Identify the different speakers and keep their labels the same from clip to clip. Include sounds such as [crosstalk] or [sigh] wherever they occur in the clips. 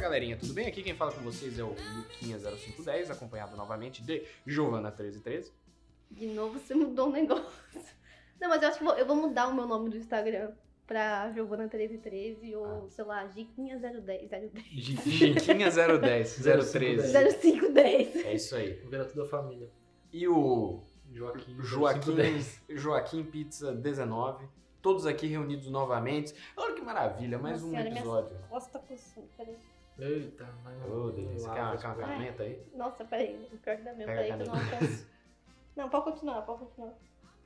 Speaker 1: galerinha, tudo bem? Aqui quem fala com vocês é o Luquinha0510, acompanhado novamente de Giovana1313.
Speaker 2: De novo você mudou o negócio. [laughs] Não, mas eu acho que vou- eu vou mudar o meu nome do Instagram pra Giovana1313 ou, sei lá, Giquinha010, 010, [laughs]
Speaker 1: Giquinha010,
Speaker 2: 0510.
Speaker 1: É isso aí.
Speaker 3: Vira toda a família.
Speaker 1: E o
Speaker 3: Joaquim.
Speaker 1: Joaquim,
Speaker 3: 0510.
Speaker 1: Joaquim Pizza 19, todos aqui reunidos novamente. Olha que maravilha, mais
Speaker 2: Nossa
Speaker 1: um
Speaker 2: senhora, minha-
Speaker 1: episódio.
Speaker 2: Nossa, tá coçando, peraí.
Speaker 3: Eita, mas
Speaker 1: Ô, delícia. Quer uma, quer uma
Speaker 2: É.
Speaker 1: ferramenta aí?
Speaker 2: Nossa, peraí, pior que dá mesmo,
Speaker 1: Pega a
Speaker 2: peraí que eu não alcanço. Não, pode continuar, pode continuar.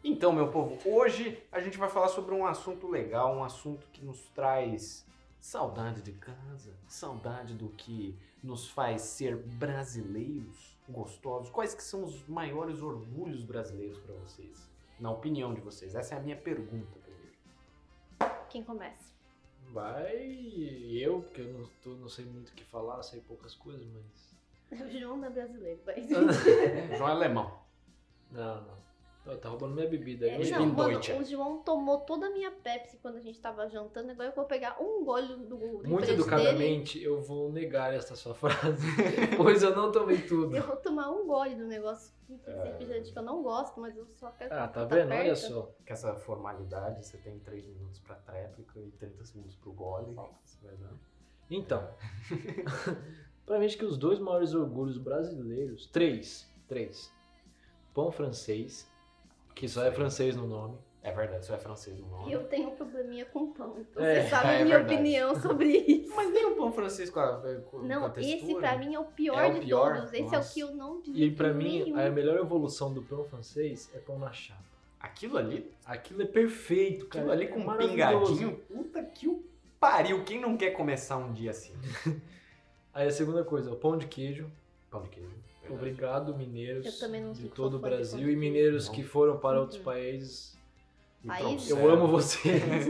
Speaker 1: Então, meu povo, hoje a gente vai falar sobre um assunto legal, um assunto que nos traz saudade de casa, saudade do que nos faz ser brasileiros gostosos. Quais que são os maiores orgulhos brasileiros para vocês? Na opinião de vocês, essa é a minha pergunta
Speaker 2: [laughs]
Speaker 1: primeiro.
Speaker 2: Quem começa?
Speaker 3: Vai eu, porque eu não, tô- não sei muito o que falar, sei poucas coisas, mas.
Speaker 2: O João da brasileiro, mas...
Speaker 1: João é alemão.
Speaker 3: Não, não. Ó, Tá roubando minha bebida.
Speaker 2: É,
Speaker 3: Eu-
Speaker 2: não, mano,
Speaker 1: Deutsche.
Speaker 2: o João tomou toda a minha Pepsi quando a gente tava jantando, agora eu vou pegar um gole do, do
Speaker 3: Muito
Speaker 2: refrigerante dele.
Speaker 3: educadamente, eu vou negar esta sua frase, [laughs] pois eu não tomei tudo.
Speaker 2: Eu vou tomar um gole do negócio que tem refrigerante que eu não gosto, mas eu só quero.
Speaker 3: Ah, tá
Speaker 2: tá
Speaker 3: vendo? Olha
Speaker 2: perto.
Speaker 3: só.
Speaker 1: Com essa formalidade, você tem 3 minutos para tréplica e 30 segundos para o gole. é Você vai dar.
Speaker 3: Então, [laughs] pra mim acho que os dois maiores orgulhos brasileiros, três, três. Pão francês, que só é francês no nome.
Speaker 1: É verdade, só é francês no nome.
Speaker 2: Eu tenho um probleminha com pão, então
Speaker 3: É,
Speaker 2: você
Speaker 1: [laughs]
Speaker 2: sabe
Speaker 1: é
Speaker 2: a minha
Speaker 1: verdade.
Speaker 2: opinião sobre isso.
Speaker 1: Mas nem o pão francês com a, com
Speaker 2: Não,
Speaker 1: a textura.
Speaker 2: esse pra mim é o pior
Speaker 1: né? É o
Speaker 2: de
Speaker 1: pior?
Speaker 2: todos. Esse é o
Speaker 1: Nossa.
Speaker 2: que eu não
Speaker 3: E
Speaker 2: desligo
Speaker 3: pra mim,
Speaker 1: é
Speaker 2: nenhum.
Speaker 3: a melhor evolução do pão francês é pão na chapa.
Speaker 1: Aquilo ali
Speaker 3: Aquilo é perfeito, cara. É
Speaker 1: Aquilo ali com um
Speaker 3: Maravilhoso.
Speaker 1: pingadinho, puta que o pariu. Quem não quer começar um dia assim?
Speaker 3: Aí a segunda coisa, o pão de queijo.
Speaker 1: Pão de queijo. verdade.
Speaker 3: Obrigado, mineiros
Speaker 2: Eu também não
Speaker 3: de
Speaker 2: sou
Speaker 3: todo o
Speaker 2: fã de pão
Speaker 3: Brasil
Speaker 2: de
Speaker 3: e mineiros
Speaker 1: queijo.
Speaker 3: que foram para
Speaker 2: Uhum.
Speaker 3: outros países.
Speaker 1: E
Speaker 2: Aí-
Speaker 1: trouxe.
Speaker 3: Eu
Speaker 2: Sério?
Speaker 3: amo vocês.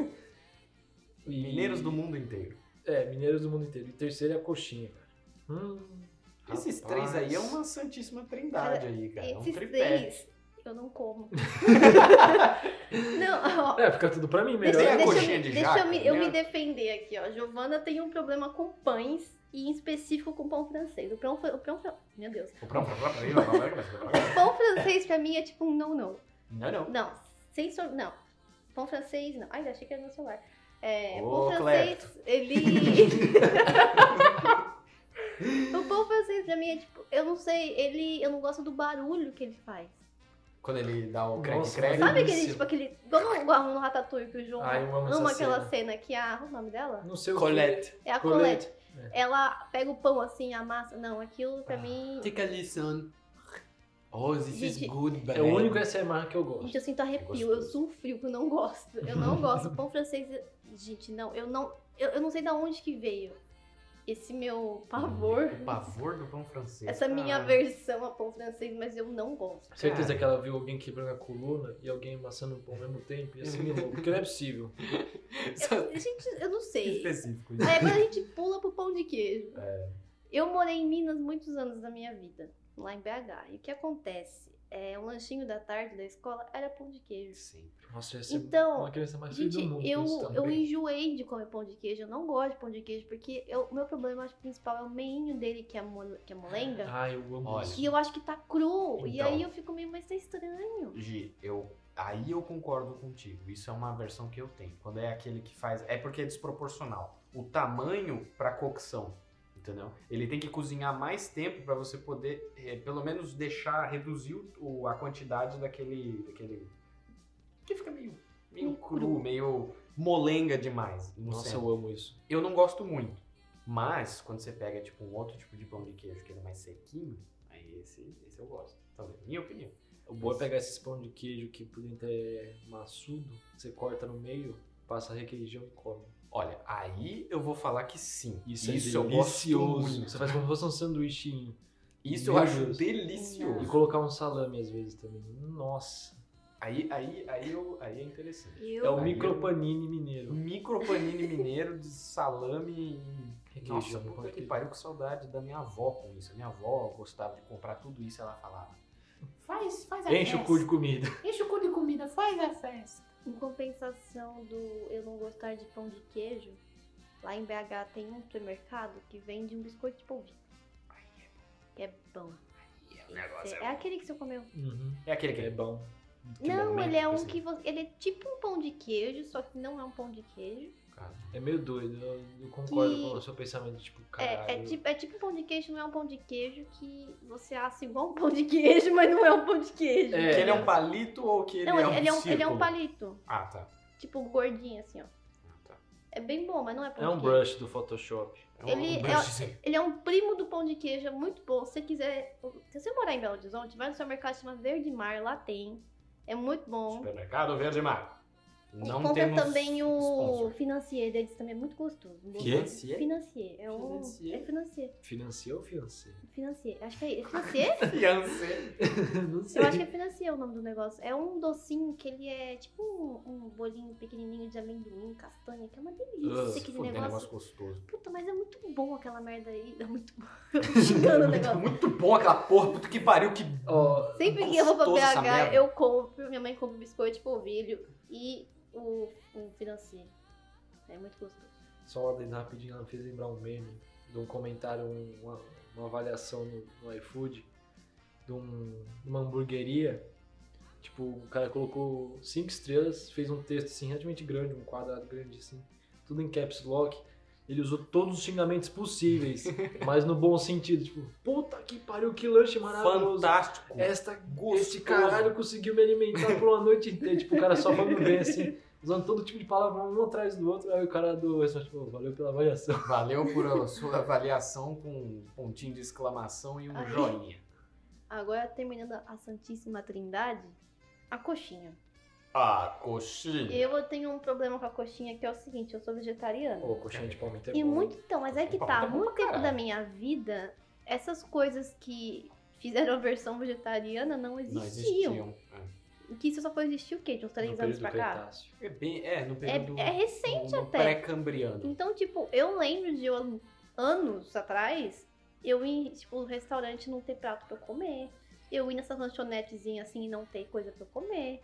Speaker 1: [laughs]
Speaker 3: E-
Speaker 1: Mineiros do mundo inteiro.
Speaker 3: É, mineiros do mundo inteiro. E terceiro é a coxinha, cara. Hum,
Speaker 1: Esses
Speaker 3: Rapaz.
Speaker 1: três aí é uma santíssima trindade aí, cara. É um
Speaker 2: Esses
Speaker 1: tripé.
Speaker 2: três eu
Speaker 1: [laughs]
Speaker 2: não como. [laughs] não,
Speaker 1: Ah.
Speaker 2: ó.
Speaker 3: É, fica tudo pra mim, melhor.
Speaker 2: Deixa,
Speaker 1: Tem a
Speaker 2: deixa, eu,
Speaker 1: coxinha
Speaker 2: me-
Speaker 1: de
Speaker 2: deixa
Speaker 1: jaca,
Speaker 2: eu me, eu
Speaker 1: né?
Speaker 2: me defender aqui, ó. Giovana tem um problema com pães e em específico com pão francês. O pão, fran- o pão, fran- meu Deus. O pão francês pra mim é tipo um não, não.
Speaker 1: Não, é não.
Speaker 2: Não, sem sor... Não. Pão francês, não. Ai, achei que era meu celular. É,
Speaker 1: Ô,
Speaker 2: pão francês,
Speaker 3: [laughs]
Speaker 2: ele. o pão francês pra mim é tipo, eu não sei, ele. Eu não gosto do barulho que ele faz.
Speaker 1: Quando ele dá o
Speaker 3: Nossa,
Speaker 1: crack-crack.
Speaker 3: mas
Speaker 2: Sabe aquele,
Speaker 3: Delícia.
Speaker 2: tipo, aquele. Igual igual no Ratatouille que o João
Speaker 3: Ai, eu amo essa
Speaker 2: ama aquela
Speaker 3: cena.
Speaker 2: cena. que a. Qual o nome dela?
Speaker 3: Não sei o que-
Speaker 1: Colette.
Speaker 2: É a Colette.
Speaker 3: Colette.
Speaker 2: Ela pega o pão assim, amassa. Não, aquilo
Speaker 3: Ah.
Speaker 2: pra mim.
Speaker 1: Take a listen. Oh, this
Speaker 2: Gente,
Speaker 1: good,
Speaker 3: É o único SMR que eu gosto.
Speaker 2: Gente, eu sinto arrepio,
Speaker 1: É
Speaker 2: eu
Speaker 1: gostoso.
Speaker 2: sou um frio, eu não gosto. Eu
Speaker 1: [laughs]
Speaker 2: não gosto. Pão francês, gente, não, eu não. Eu, eu não sei de onde que veio esse meu pavor.
Speaker 1: O Hum, pavor Ah. do pão francês.
Speaker 2: Essa minha
Speaker 1: cara.
Speaker 2: aversão a pão francês, mas eu não gosto.
Speaker 3: Certeza
Speaker 1: Cara.
Speaker 3: que ela viu alguém quebrando a coluna e alguém amassando o pão ao mesmo tempo e assimilou. Porque não é possível.
Speaker 1: Só
Speaker 2: Eu- gente, eu não sei.
Speaker 1: é Específico. É.
Speaker 2: Aí agora a gente pula pro pão de queijo. Eu morei em Minas muitos anos da minha vida, lá em BH. E o que acontece? É, o lanchinho da tarde da escola era pão de queijo.
Speaker 1: Sim.
Speaker 3: Nossa, essa é
Speaker 2: Então,
Speaker 3: uma criança mais feliz
Speaker 2: Gente,
Speaker 3: do mundo.
Speaker 2: eu,
Speaker 3: isso
Speaker 2: eu
Speaker 3: também.
Speaker 2: enjoei de comer pão de queijo. Eu não gosto de pão de queijo porque eu- o meu problema acho, principal é o meinho dele, que é, mo- que é molenga.
Speaker 3: Ai, Ah, eu amo
Speaker 1: Olha.
Speaker 3: isso.
Speaker 2: E eu acho que tá cru. e
Speaker 1: Então.
Speaker 2: aí eu fico meio, mas tá estranho.
Speaker 1: Gi, eu, aí eu concordo contigo. Isso é uma versão que eu tenho. Quando é aquele que faz. É porque é desproporcional. O tamanho pra cocção. Entendeu? Ele tem que cozinhar mais tempo pra você poder, eh, pelo menos, deixar, reduzir o- o- a quantidade daquele. daquele que fica meio, meio
Speaker 2: Meio
Speaker 1: cru,
Speaker 2: cru.
Speaker 1: meio molenga demais. no
Speaker 3: Nossa,
Speaker 1: centro.
Speaker 3: eu amo isso.
Speaker 1: Eu não gosto muito. Mas quando você pega tipo um outro tipo de pão de queijo que ele é mais sequinho, aí esse, esse eu gosto. Talvez, minha opinião.
Speaker 3: O bom é pegar esses pão de queijo que por dentro é maçudo, você corta no meio, passa requeijão e come.
Speaker 1: Olha, aí eu vou falar que sim.
Speaker 3: Isso, é
Speaker 1: eu gosto
Speaker 3: delicioso.
Speaker 1: muito.
Speaker 3: Você faz como se fosse um sanduíchinho.
Speaker 1: Isso eu
Speaker 3: Meu
Speaker 1: acho
Speaker 3: Deus. E
Speaker 1: delicioso.
Speaker 3: colocar um salame às vezes também. Nossa.
Speaker 1: Aí, aí, aí, eu, aí é interessante.
Speaker 2: Eu,
Speaker 3: É o
Speaker 1: Aí eu-
Speaker 3: micropanini
Speaker 1: Um
Speaker 3: mineiro.
Speaker 1: Micropanini mineiro de salame e.
Speaker 3: Requeijão,
Speaker 1: Nossa,
Speaker 3: pão
Speaker 1: puta
Speaker 3: de
Speaker 1: que
Speaker 3: queijo.
Speaker 1: pariu, que saudade da minha avó com isso. A minha avó gostava de comprar tudo isso, ela falava. Faz, faz a
Speaker 3: Enche
Speaker 1: festa.
Speaker 3: o cu de comida.
Speaker 1: Enche o cu de comida, faz a festa.
Speaker 2: Em compensação do eu não gostar de pão de queijo, Lá em BH tem um supermercado que vende um biscoito de polvilho. Que é bom.
Speaker 1: É, o negócio
Speaker 2: Esse-
Speaker 1: é,
Speaker 2: é aquele que você comeu.
Speaker 3: Uhum.
Speaker 1: é aquele que
Speaker 3: É bom.
Speaker 2: não, ele é um
Speaker 1: assim.
Speaker 2: que você. Ele é tipo um pão de queijo, só que não é um pão de queijo.
Speaker 1: "Ah,
Speaker 3: É meio doido. Eu, eu concordo
Speaker 2: Que-
Speaker 3: com o seu pensamento, tipo, caralho.
Speaker 2: É, é, tipo, é tipo um pão de queijo, não é um pão de queijo que você assa igual um pão de queijo, mas não é um pão de queijo.
Speaker 1: Que
Speaker 3: É.
Speaker 1: ele é um palito ou que ele
Speaker 2: Não,
Speaker 1: é um
Speaker 2: ele, é um, ele é
Speaker 1: círculo?
Speaker 2: um palito.
Speaker 1: Ah, tá.
Speaker 2: Tipo gordinho, assim, ó.
Speaker 1: Ah, tá.
Speaker 2: É bem bom, mas não é pão
Speaker 3: É um
Speaker 2: de queijo.
Speaker 3: brush do Photoshop.
Speaker 1: É um
Speaker 2: Ele é-
Speaker 1: brushzinho.
Speaker 2: Ele é um primo do pão de queijo, é muito bom. Se você quiser. Se você morar em Belo Horizonte, vai no seu mercado chama Verde Mar, lá tem. É muito bom.
Speaker 1: Supermercado Verde Mar.
Speaker 2: E
Speaker 1: Não
Speaker 2: compra
Speaker 1: temos
Speaker 2: também o
Speaker 1: sponsor. [laughs]
Speaker 2: financier deles também, é muito gostoso.
Speaker 1: Financier?
Speaker 2: Financier. É um.
Speaker 1: Financier?
Speaker 2: É financier.
Speaker 3: Financia ou financia? [laughs]
Speaker 2: Financier. Acho que é. é Financier?
Speaker 1: Fiancé.
Speaker 3: não sei.
Speaker 2: Eu acho que é financier o nome do negócio. É um docinho que ele é tipo um, um bolinho pequenininho de amendoim, castanha, que é uma
Speaker 3: Ah,
Speaker 2: delícia
Speaker 3: se
Speaker 2: aquele
Speaker 1: Fudeu,
Speaker 2: negócio.
Speaker 1: negócio gostoso.
Speaker 2: Puta, mas é muito bom aquela merda aí. É muito bom. [laughs] Eu tô
Speaker 1: [laughs]
Speaker 2: Xingando o negócio.
Speaker 1: Muito bom aquela porra, puta que pariu, que
Speaker 3: Ó,
Speaker 2: Sempre que eu vou pra
Speaker 1: Gostoso essa merda.
Speaker 2: BH, eu compro, minha mãe compra biscoito de polvilho e o, o financier. É muito gostoso.
Speaker 3: Só uma dentro rapidinho, ela me fez lembrar um meme de um comentário, um- uma, uma avaliação no, no iFood de um- de uma hamburgueria. Tipo, o cara colocou cinco estrelas, fez um texto assim, relativamente grande, um quadrado grande assim, tudo em caps lock. Ele usou todos os
Speaker 2: [laughs]
Speaker 3: xingamentos possíveis, mas no bom sentido. Tipo, puta que pariu, que lanche maravilhoso. É.
Speaker 1: fantástico.
Speaker 3: Esta,
Speaker 1: Gostoso.
Speaker 3: Este caralho conseguiu me alimentar por uma noite inteira. tipo, o cara só falando bem, assim, usando todo tipo de palavrão um atrás do outro. Aí o cara do restaurante, tipo, valeu pela avaliação.
Speaker 1: Valeu por a sua avaliação com um pontinho de exclamação e um
Speaker 2: Ai.
Speaker 1: joinha.
Speaker 2: Agora, terminando a Santíssima Trindade, a coxinha.
Speaker 1: Ah, coxinha.
Speaker 2: Eu tenho um problema com a coxinha que é o seguinte, eu sou vegetariana.
Speaker 3: Pô, coxinha de palmito é
Speaker 2: e
Speaker 3: bom.
Speaker 2: muito, então, mas é que
Speaker 1: Bom,
Speaker 2: tá,
Speaker 1: tá
Speaker 2: há
Speaker 1: bom
Speaker 2: muito
Speaker 1: pra
Speaker 2: tempo da
Speaker 1: caralho.
Speaker 2: minha vida, essas coisas que fizeram a versão vegetariana não existiam.
Speaker 1: Não existiam.
Speaker 2: Que isso só foi existir o quê? De uns
Speaker 3: No
Speaker 2: três anos
Speaker 3: período
Speaker 2: pra cá?
Speaker 3: Cretáceo.
Speaker 1: É, bem, é no
Speaker 2: É,
Speaker 1: período
Speaker 2: é recente
Speaker 1: no
Speaker 2: até.
Speaker 1: um pré-cambriano.
Speaker 2: Então, tipo, eu lembro de eu- anos atrás, eu ir, tipo, no restaurante e não ter prato pra eu comer. Eu ir nessas lanchonetezinhas assim e não ter coisa pra eu comer.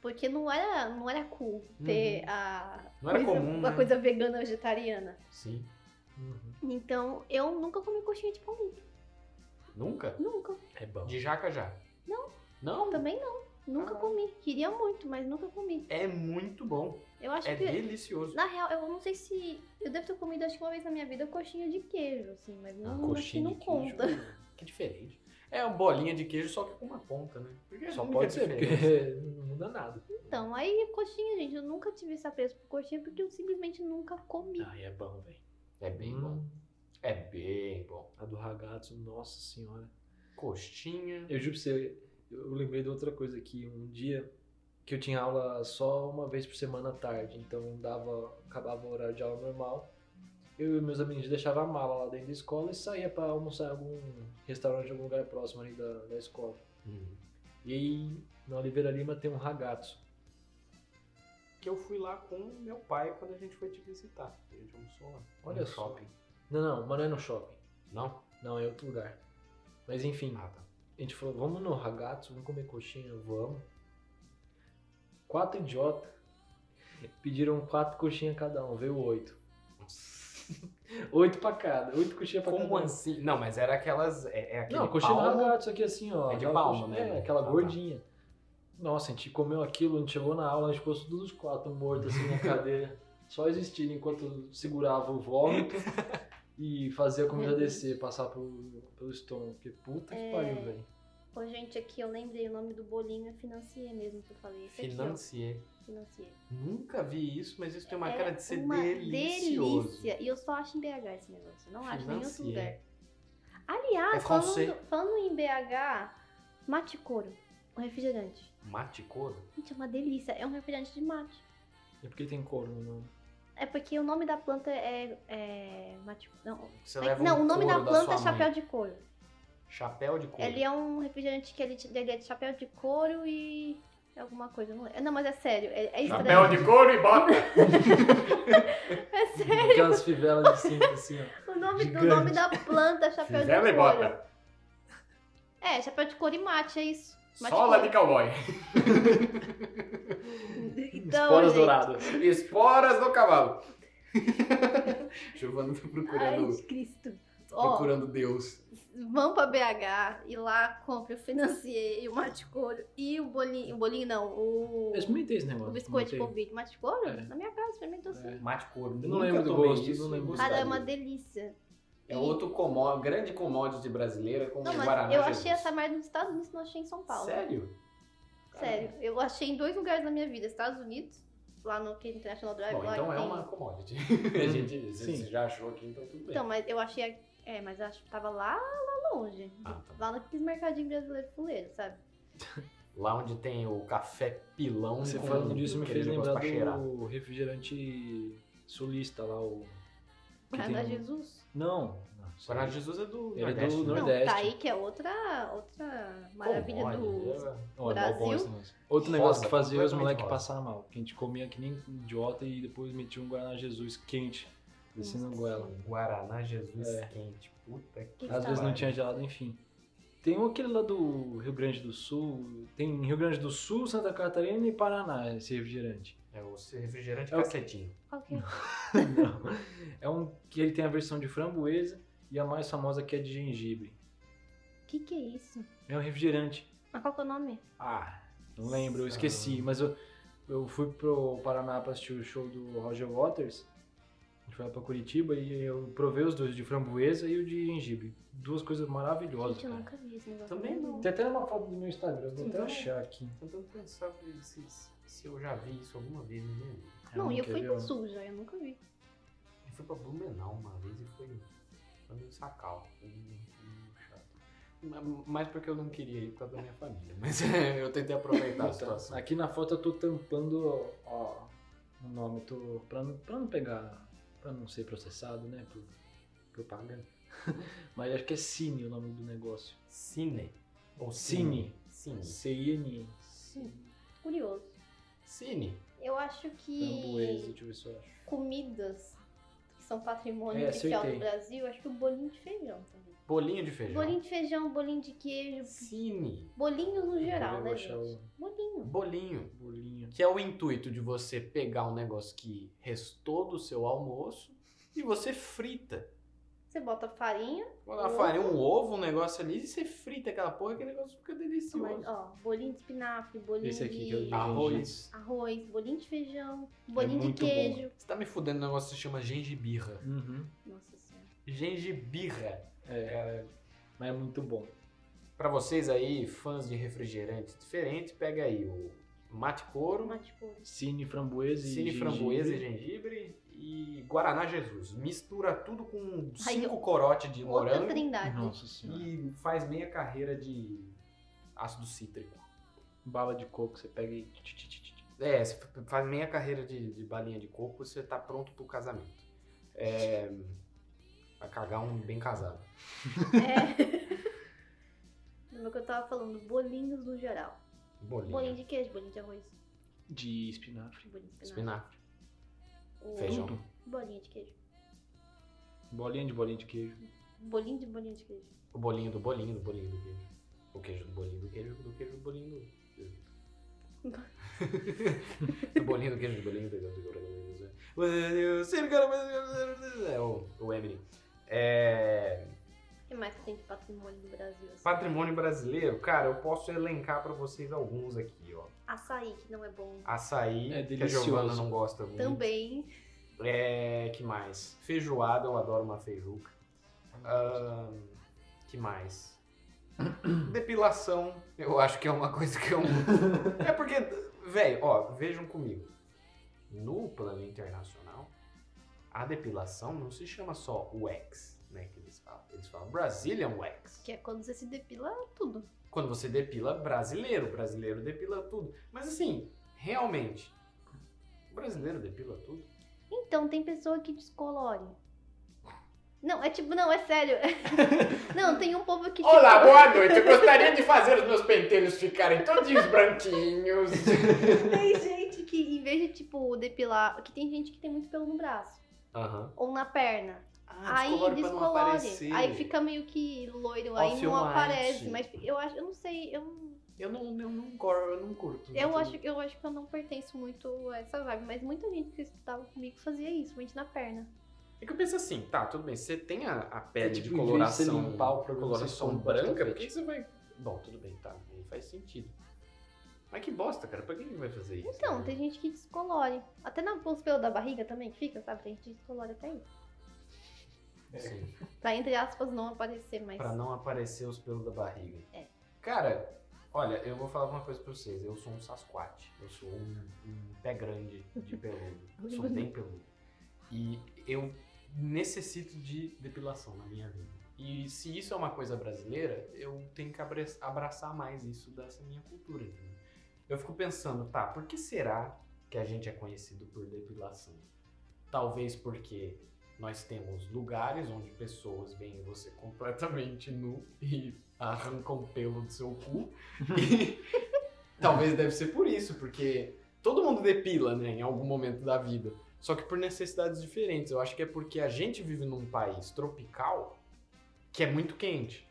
Speaker 2: Porque não era, não era cool ter a
Speaker 1: Uhum. Não era
Speaker 2: coisa,
Speaker 1: comum,
Speaker 2: é uma
Speaker 1: né?
Speaker 2: coisa vegana vegetariana.
Speaker 1: Sim.
Speaker 3: Uhum.
Speaker 2: Então, eu nunca comi coxinha de palmito.
Speaker 1: Nunca?
Speaker 2: Nunca.
Speaker 3: É bom.
Speaker 1: De jaca já. Não. Não?
Speaker 2: Também não. Nunca
Speaker 1: Ah.
Speaker 2: comi. Queria muito, mas nunca comi.
Speaker 1: É muito bom.
Speaker 2: Eu acho
Speaker 1: É
Speaker 2: que.
Speaker 1: delicioso.
Speaker 2: Na real, eu não sei se. Eu devo ter comido, acho que uma vez na minha vida, coxinha de queijo, assim,
Speaker 1: Ah,
Speaker 2: mas não, acho que
Speaker 3: coxinha
Speaker 2: não
Speaker 3: de queijo.
Speaker 2: conta. [laughs]
Speaker 1: Que diferente. É uma bolinha de queijo, só que com uma ponta, né? Porque
Speaker 3: Só
Speaker 1: nunca é
Speaker 3: pode ser,
Speaker 1: diferente.
Speaker 3: porque [laughs] não muda nada.
Speaker 2: Então, aí coxinha, gente, eu nunca tive esse apreço por coxinha porque eu simplesmente nunca comi.
Speaker 1: Tá.
Speaker 3: Ai, é bom, velho. Hum.
Speaker 1: É bem bom. É bem bom.
Speaker 3: A do ragazzo, nossa senhora.
Speaker 1: Coxinha.
Speaker 3: Eu juro pra você, eu lembrei de outra coisa aqui. Um dia que eu tinha aula só uma vez por semana à tarde, então dava, acabava o horário de aula normal. Eu e meus amigos deixavam a mala lá dentro da escola e saía pra almoçar em algum restaurante, em algum lugar próximo ali da, da escola.
Speaker 1: Hum.
Speaker 3: E aí, na Oliveira Lima tem um ragazzo.
Speaker 1: Que eu fui lá com meu pai quando a gente foi te visitar. A gente almoçou lá.
Speaker 3: Olha
Speaker 1: No
Speaker 3: só.
Speaker 1: shopping.
Speaker 3: Não, não, mas não é no shopping.
Speaker 1: Não?
Speaker 3: Não, é outro lugar. Mas enfim,
Speaker 1: Ah, tá.
Speaker 3: a gente falou, vamos no ragazzo, vamos comer coxinha, vamos. Quatro idiota pediram quatro coxinhas cada um, veio oito. Oito pra cada, oito coxinhas pra
Speaker 1: Como
Speaker 3: cada um.
Speaker 1: assim? Não, mas era aquelas. É, é aquele
Speaker 3: Não, coxinha
Speaker 1: pau-
Speaker 3: do ragazzo aqui assim, ó.
Speaker 1: É de
Speaker 3: aquela
Speaker 1: palma,
Speaker 3: coxinha-
Speaker 1: né?
Speaker 3: É, aquela
Speaker 1: Ah, tá.
Speaker 3: gordinha. Nossa, a gente comeu aquilo, a gente chegou na aula, a gente ficou todos os quatro mortos assim na cadeira. Só existindo enquanto segurava o
Speaker 1: [laughs]
Speaker 3: vômito e fazia a comida
Speaker 2: Meu Deus.
Speaker 3: descer, passar pelo, pelo estômago. Porque puta que
Speaker 2: É.
Speaker 3: pariu, velho.
Speaker 2: Ô, gente, aqui eu lembrei o nome do bolinho é financier mesmo que eu falei. Esse
Speaker 1: Financier.
Speaker 2: aqui, ó, financier.
Speaker 1: Nunca vi isso, mas isso tem É uma
Speaker 2: Era
Speaker 1: cara de ser
Speaker 2: É uma
Speaker 1: delicioso.
Speaker 2: delícia. E eu só acho em BH esse negócio. Não acho em nenhum outro lugar.
Speaker 1: Financier.
Speaker 2: Aliás,
Speaker 1: É francês.
Speaker 2: falando, falando em BH, mate couro, um refrigerante.
Speaker 1: Mate couro?
Speaker 2: Gente, é uma delícia. É um refrigerante de mate.
Speaker 3: É porque tem couro no nome.
Speaker 2: É porque o nome da planta é. é mate, não,
Speaker 1: Você
Speaker 2: é-
Speaker 1: leva um
Speaker 2: não o nome da
Speaker 1: couro
Speaker 2: planta
Speaker 1: sua
Speaker 2: é
Speaker 1: mãe.
Speaker 2: chapéu de couro.
Speaker 1: Chapéu de couro.
Speaker 2: Ele é um refrigerante que ele, te- ele é de chapéu de couro e alguma coisa, não lembro. Não, mas é sério, é, é
Speaker 1: Chapéu
Speaker 2: estranho.
Speaker 1: de couro e bota.
Speaker 2: [laughs] É sério,
Speaker 3: [laughs] Aquelas fivelas de cinto assim, ó.
Speaker 2: o nome, do
Speaker 3: Gigante.
Speaker 2: nome da planta é chapéu
Speaker 1: Fivela
Speaker 2: de
Speaker 1: e
Speaker 2: couro.
Speaker 1: bota.
Speaker 2: É, chapéu de couro e mate, é isso. Mate
Speaker 1: Sola
Speaker 2: couro.
Speaker 1: de cowboy.
Speaker 2: Então,
Speaker 3: Esporas
Speaker 2: gente,
Speaker 3: douradas.
Speaker 1: Esporas do cavalo. [laughs] Giovana tá
Speaker 2: Ai,
Speaker 1: procurando,
Speaker 2: de Cristo. Ó,
Speaker 1: procurando Deus.
Speaker 2: vão pra BH e lá compre o financier e o mate de couro e o bolinho. O bolinho não, o.
Speaker 3: Eu experimentei esse
Speaker 2: O
Speaker 3: negócio.
Speaker 2: biscoito de
Speaker 3: experimentei.
Speaker 2: polvilho, mate de couro?
Speaker 3: É.
Speaker 2: Na minha casa, experimentou sim.
Speaker 3: É.
Speaker 1: Mate couro.
Speaker 3: Eu não
Speaker 1: Nunca
Speaker 3: lembro do
Speaker 1: tomei
Speaker 3: gosto,
Speaker 1: isso,
Speaker 3: não lembro do
Speaker 1: gostaria.
Speaker 2: Cara, é uma delícia.
Speaker 1: É outro comó, grande commodity brasileira como
Speaker 2: Não, mas
Speaker 1: Guaraná.
Speaker 2: eu
Speaker 1: Jesus.
Speaker 2: achei essa merda nos Estados Unidos, não achei em São Paulo.
Speaker 1: Sério?
Speaker 2: Sério, eu achei em dois lugares na minha vida, Estados Unidos, lá no que é International Drive,
Speaker 1: Bom,
Speaker 2: lá
Speaker 1: então
Speaker 2: que
Speaker 1: é
Speaker 2: tem-
Speaker 1: uma commodity. a gente, você
Speaker 3: Sim.
Speaker 1: já achou aqui, então tudo bem.
Speaker 2: Então, mas eu achei. a- É, mas eu acho que tava lá, lá longe.
Speaker 1: Ah, tá.
Speaker 2: Lá naqueles mercadinhos brasileiros fuleiros, sabe?
Speaker 1: Lá onde tem o café pilão.
Speaker 3: Você
Speaker 1: com
Speaker 3: falando um disso me
Speaker 1: aquele
Speaker 3: fez
Speaker 1: negócio
Speaker 3: lembrar
Speaker 1: pra cheirar.
Speaker 3: do refrigerante sulista lá, o. que
Speaker 2: Guaraná
Speaker 3: tem-
Speaker 2: Jesus.
Speaker 3: Não. não,
Speaker 1: Guaraná
Speaker 3: isso
Speaker 1: Jesus é do
Speaker 3: Ele é
Speaker 1: Nordeste.
Speaker 3: do
Speaker 1: né?
Speaker 2: Não,
Speaker 3: Nordeste. Oh,
Speaker 2: tá aí que é outra, outra maravilha do.
Speaker 1: Commodity,
Speaker 3: aí- Não, é mó
Speaker 2: Brasil.
Speaker 3: bosta mesmo. Outro
Speaker 1: Rosa,
Speaker 3: negócio que fazia os
Speaker 1: completamente
Speaker 3: moleques
Speaker 1: rosa.
Speaker 3: passar mal. Que a gente comia que nem idiota e depois metia um Guaraná Jesus quente, descendo a
Speaker 2: Nossa
Speaker 3: goela.
Speaker 1: é. Guaraná Jesus
Speaker 3: É.
Speaker 1: quente. Puta que
Speaker 2: Que
Speaker 3: Às
Speaker 2: Tá
Speaker 3: vezes não
Speaker 1: pariu.
Speaker 3: tinha gelado, enfim. Tem um aquele lá do Rio Grande do Sul, tem em Rio Grande do Sul, Santa Catarina e Paraná, esse refrigerante. [laughs]
Speaker 1: É o refrigerante
Speaker 3: É o-
Speaker 1: cacetinho.
Speaker 2: Qual
Speaker 3: [laughs]
Speaker 2: que é?
Speaker 3: Não. É um que ele tem a versão de framboesa e a mais famosa que é de gengibre.
Speaker 2: Que que é isso?
Speaker 3: É um refrigerante.
Speaker 2: Mas qual que é o nome?
Speaker 3: Ah, não lembro, eu esqueci,
Speaker 1: Ah.
Speaker 3: mas eu, eu fui pro Paraná pra assistir o show do Roger Waters. A gente foi lá pra Curitiba e eu provei os dois, o de framboesa e o de gengibre. Duas coisas maravilhosas.
Speaker 2: Gente, eu
Speaker 3: cara.
Speaker 2: nunca vi esse negócio.
Speaker 1: Também não.
Speaker 3: Tem até uma foto do meu Instagram, vou até
Speaker 1: Então-
Speaker 3: achar aqui.
Speaker 1: Tentando pensar se, se eu já vi isso alguma vez na minha vida.
Speaker 2: Não, e eu
Speaker 3: quer
Speaker 2: fui
Speaker 3: ver, ó?
Speaker 2: suja, eu nunca vi.
Speaker 1: Eu fui pra Blumenau uma vez e foi, foi meio sacal. Foi meio, foi meio chato. Ma- Mais porque eu não queria ir por causa da minha família. [laughs] Mas eu tentei aproveitar a situação.
Speaker 3: Então, Aqui na foto eu tô tampando ó, o nome, tô, pra, não- pra não pegar, pra não ser processado, né, por propaganda. [laughs] Mas acho que é Cine o nome do negócio.
Speaker 1: Cine. Ou
Speaker 3: Cine.
Speaker 1: Cine.
Speaker 3: C-I-N-E.
Speaker 2: Curioso.
Speaker 1: Cine.
Speaker 2: Eu acho
Speaker 3: Framboesa,
Speaker 2: que
Speaker 3: deixa eu ver se eu acho.
Speaker 2: comidas que são patrimônio
Speaker 3: É,
Speaker 2: oficial do
Speaker 3: acertei.
Speaker 2: Brasil, acho que o bolinho de feijão também.
Speaker 1: Bolinho de feijão.
Speaker 2: Bolinho de feijão, bolinho de queijo,
Speaker 1: Cine.
Speaker 2: bolinho no
Speaker 3: eu
Speaker 2: geral,
Speaker 3: vou
Speaker 2: né,
Speaker 3: achar um.
Speaker 2: gente?
Speaker 3: o
Speaker 2: Bolinho.
Speaker 1: Bolinho.
Speaker 3: bolinho.
Speaker 1: Que é o intuito de você pegar um negócio que restou do seu almoço e você frita.
Speaker 2: Você bota farinha,
Speaker 1: Uma
Speaker 2: Ovo.
Speaker 1: farinha, um ovo, um negócio ali, e você frita aquela porra, aquele negócio fica delicioso.
Speaker 2: mas, ó, bolinho de espinafre, bolinho
Speaker 3: Esse aqui
Speaker 2: de
Speaker 3: que eu já-
Speaker 1: Arroz.
Speaker 2: arroz, bolinho de feijão, bolinho de
Speaker 3: É muito bom.
Speaker 2: queijo.
Speaker 1: Você tá me fudendo, o negócio se chama gengibirra.
Speaker 3: Uhum.
Speaker 2: Nossa senhora.
Speaker 1: Gengibirra.
Speaker 3: É,
Speaker 1: É,
Speaker 3: mas é muito bom.
Speaker 1: pra vocês aí, fãs de refrigerante diferente, pega aí o mate couro,
Speaker 2: Tomate couro.
Speaker 3: Cine framboesa e
Speaker 1: cine
Speaker 3: gengibre.
Speaker 1: framboesa e gengibre e Guaraná Jesus. Mistura tudo com
Speaker 2: Aí,
Speaker 1: cinco corote de
Speaker 2: Outra
Speaker 1: morango
Speaker 2: trindade.
Speaker 3: Nossa senhora.
Speaker 1: e faz meia carreira de ácido cítrico.
Speaker 3: Bala de coco, você pega e... tch, tch, tch, tch.
Speaker 1: É, você faz meia carreira de, de balinha de coco, você tá pronto pro casamento. É, vai cagar um bem casado.
Speaker 2: [laughs] É. [laughs] Lembra que eu tava falando? Bolinhos no geral. Bolinho
Speaker 1: Um Bolinho,
Speaker 2: de queijo, bolinho de arroz,
Speaker 3: De espinafre.
Speaker 2: bolinho de
Speaker 1: espinafre,
Speaker 2: espinafre. O-
Speaker 1: feijão.
Speaker 3: Tudo.
Speaker 2: Bolinha de queijo.
Speaker 3: Bolinha de bolinha de queijo.
Speaker 2: Bolinho de bolinha de queijo.
Speaker 1: O bolinho do bolinho do bolinho do queijo. O queijo do bolinho do queijo do queijo [laughs] do bolinho do. o bolinho do queijo do bolinho do queijo. É o, o Emily. É,
Speaker 2: O que mais que tem de patrimônio do Brasil? assim?
Speaker 1: patrimônio brasileiro, cara, eu posso elencar pra vocês alguns aqui, ó.
Speaker 2: Açaí, que não é bom.
Speaker 1: Açaí,
Speaker 3: É
Speaker 1: que a Giovana
Speaker 3: delicioso.
Speaker 1: não gosta muito.
Speaker 2: Também.
Speaker 1: É, que mais? Feijoada, eu adoro uma feijuca. Ah, Ahn, que mais? Depilação, eu acho que é uma coisa que eu. é porque, velho, ó, vejam comigo. No plano internacional, a depilação não se chama só wax, né? Que eles falam. Eles falam Brazilian wax.
Speaker 2: Que é quando você se depila tudo.
Speaker 1: Quando você depila brasileiro, brasileiro depila tudo. Mas assim, realmente, o brasileiro depila tudo.
Speaker 2: Então, tem pessoa que descolore. Não, é tipo, não, é
Speaker 1: [laughs]
Speaker 2: sério. não, tem um povo que. tipo,
Speaker 1: Olá, boa noite. Eu gostaria de fazer os meus pentelhos ficarem todinhos branquinhos.
Speaker 2: Tem gente que, em vez de, tipo, depilar. Que tem gente que tem muito pelo no braço.
Speaker 1: Aham.
Speaker 2: Ou na perna. aí
Speaker 1: Ah, descolore pra não
Speaker 2: descolore.
Speaker 1: aparecer.
Speaker 2: Aí fica meio que loiro,
Speaker 1: Off
Speaker 2: aí não
Speaker 1: white.
Speaker 2: aparece. Mas eu acho, eu não sei, eu não-
Speaker 1: Eu não, eu não, cor- eu não curto. então,
Speaker 2: Eu
Speaker 1: muito.
Speaker 2: acho, eu acho que eu não pertenço muito a essa vibe, mas muita gente que estudava comigo fazia isso, principalmente na perna.
Speaker 1: É que eu penso assim, tá, tudo bem, você tem a, a pele
Speaker 3: É, tipo,
Speaker 1: de
Speaker 3: em vez de
Speaker 1: coloração,
Speaker 3: você limpar o programa, você
Speaker 1: coloração
Speaker 3: esconde debaixo do
Speaker 1: branca, por
Speaker 3: tapete.
Speaker 1: que você vai... Bom, tudo bem, tá, aí faz sentido. Mas que bosta, cara, pra que que vai fazer isso?
Speaker 2: Então,
Speaker 1: né?
Speaker 2: tem gente que descolore. Até na, os pelos da barriga também que fica, sabe? Tem gente que descolore até isso.
Speaker 1: Sim,
Speaker 2: Pra, entre aspas, não aparecer, mas.
Speaker 1: pra não aparecer os pelos da barriga.
Speaker 2: É.
Speaker 1: Cara, olha, eu vou falar uma coisa pra vocês, eu sou um sasquatch, eu sou um, um pé grande de peludo, Eu sou bem peludo. E eu necessito de depilação na minha vida. E se isso é uma coisa brasileira, eu tenho que abra- abraçar mais isso dessa minha cultura. entendeu? Eu fico pensando, tá, por que será que a gente é conhecido por depilação? Talvez porque nós temos lugares onde pessoas veem você completamente nu e arrancam pelo do seu cu. E talvez deve ser por isso, porque todo mundo depila, né, em algum momento da vida. Só que por necessidades diferentes. Eu acho que é porque a gente vive num país tropical que é muito quente.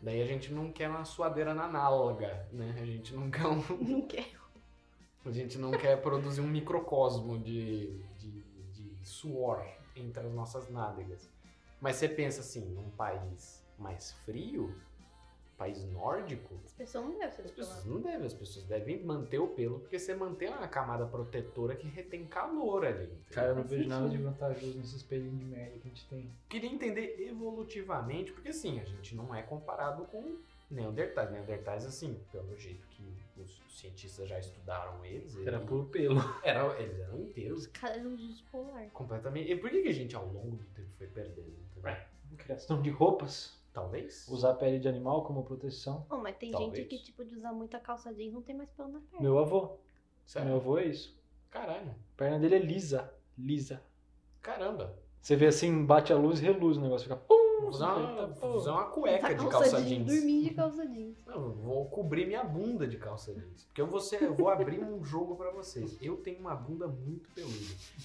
Speaker 1: Daí a gente não quer uma suadeira na análoga, né? A gente não quer, um- [laughs]
Speaker 2: Não quer.
Speaker 1: a gente não quer produzir um microcosmo de, de, de suor entre as nossas nádegas. Mas você pensa assim, num país mais frio, país nórdico,
Speaker 2: As pessoas não devem ser
Speaker 1: as pessoas
Speaker 2: descoloradas.
Speaker 1: não devem, as pessoas devem manter o pelo, porque você mantém uma camada protetora que retém calor ali. entendeu?
Speaker 3: Cara, eu não
Speaker 2: Faz
Speaker 3: vejo nada de
Speaker 2: sentido.
Speaker 3: vantajoso nesse espelhinho de merda que a gente tem.
Speaker 1: queria entender evolutivamente, porque assim, a gente não é comparado com Neandertais. Neandertais, assim, pelo jeito que os cientistas já estudaram eles, ele-
Speaker 3: Era puro pelo.
Speaker 1: era- eles eram inteiros,
Speaker 2: Os caras eram dos polar.
Speaker 1: completamente. E por que, que a gente, ao longo do tempo, foi perdendo? entendeu?
Speaker 3: Criação de roupas.
Speaker 1: Talvez.
Speaker 3: Usar pele de animal como proteção.
Speaker 2: Oh, mas tem
Speaker 1: Talvez.
Speaker 2: gente que, tipo, de usar muita calça jeans não tem mais pelo na perna.
Speaker 3: Meu avô.
Speaker 1: Sério?
Speaker 3: Meu avô é isso.
Speaker 1: Caralho.
Speaker 3: A perna dele é lisa. Lisa.
Speaker 1: Caramba.
Speaker 3: Você vê assim, bate a luz e reluz o negócio. Fica pum!
Speaker 1: Usar uma,
Speaker 3: Eita, pô.
Speaker 1: vou usar uma é cueca de
Speaker 2: Usar
Speaker 1: calça jeans.
Speaker 2: Dormir de calça jeans.
Speaker 1: Não, eu vou cobrir minha bunda de calça jeans. Porque eu vou, ser- eu vou abrir um jogo pra vocês. Eu tenho uma bunda muito peluda.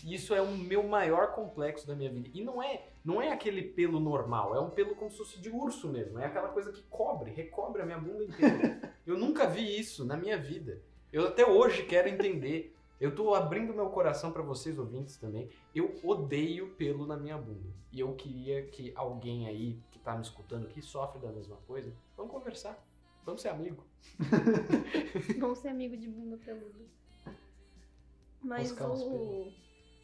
Speaker 1: E isso é o meu maior complexo da minha vida. E não é, não é aquele pelo normal, é um pelo como se fosse de urso mesmo. É aquela coisa que cobre, recobre a minha bunda inteira. Eu nunca vi isso na minha vida. Eu até hoje quero entender. Eu tô abrindo meu coração pra vocês ouvintes também. Eu odeio pelo na minha bunda. E eu queria que alguém aí que tá me escutando, que sofre da mesma coisa, vamos conversar. Vamos ser amigo.
Speaker 2: Vamos ser amigo de bunda peluda. Mas
Speaker 3: Buscar uns
Speaker 2: o.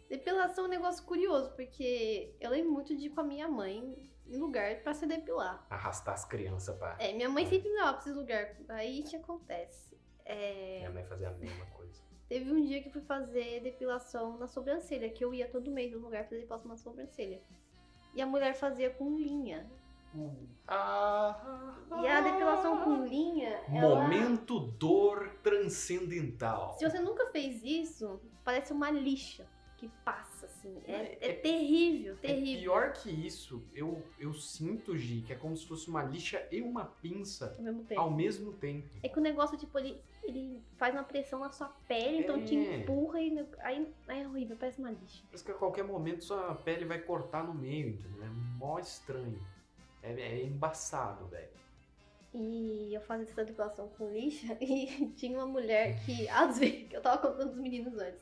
Speaker 2: Depilação é um negócio curioso, porque eu lembro muito de ir com a minha mãe em lugar pra se depilar.
Speaker 1: Arrastar as crianças pra
Speaker 2: É, minha mãe sempre me levava pra esse lugar. Aí o que acontece? É,
Speaker 1: minha mãe fazer a mesma coisa.
Speaker 2: teve um dia que eu fui fazer depilação na sobrancelha, que eu ia todo mês no lugar fazer depilação na sobrancelha. E a mulher fazia com linha.
Speaker 1: Ah,
Speaker 2: E a depilação com linha. ela-
Speaker 1: Momento dor transcendental.
Speaker 2: Se você nunca fez isso, parece uma lixa que passa, assim. É,
Speaker 1: É-
Speaker 2: é terrível,
Speaker 1: É
Speaker 2: terrível.
Speaker 1: pior que isso, eu, eu sinto, Gi, que é como se fosse uma lixa e uma pinça
Speaker 2: Ao mesmo tempo.
Speaker 1: ao mesmo tempo.
Speaker 2: É que o negócio, tipo, ele, ele faz uma pressão na sua pele, então te
Speaker 1: É.
Speaker 2: empurra e ne- aí, aí é horrível, parece uma lixa.
Speaker 1: Parece que a qualquer momento sua pele vai cortar no meio, entendeu? É mó estranho. É, é embaçado, velho.
Speaker 2: E eu fazia essa depilação com lixa [laughs] e tinha uma mulher que, às vezes, que eu tava contando os meninos antes,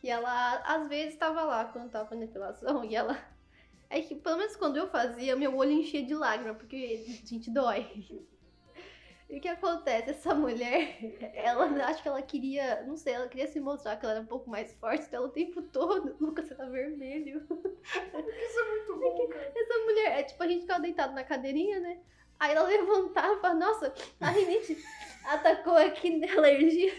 Speaker 2: que ela, às vezes, tava lá quando tava fazendo depilação e ela... É que, pelo menos quando eu fazia, meu olho enchia de lágrima, porque, gente, dói. [laughs] E o que acontece? Essa mulher, ela acho que ela queria, não sei, ela queria se mostrar que ela era um pouco mais forte, então ela o tempo todo, [laughs] Lucas, você tá vermelho.
Speaker 1: é
Speaker 2: [laughs]
Speaker 1: Muito bom, cara.
Speaker 2: Essa mulher, é tipo, a gente ficava deitado na cadeirinha, né? Aí ela levantava, e falava, nossa, a rinite atacou aqui na alergia.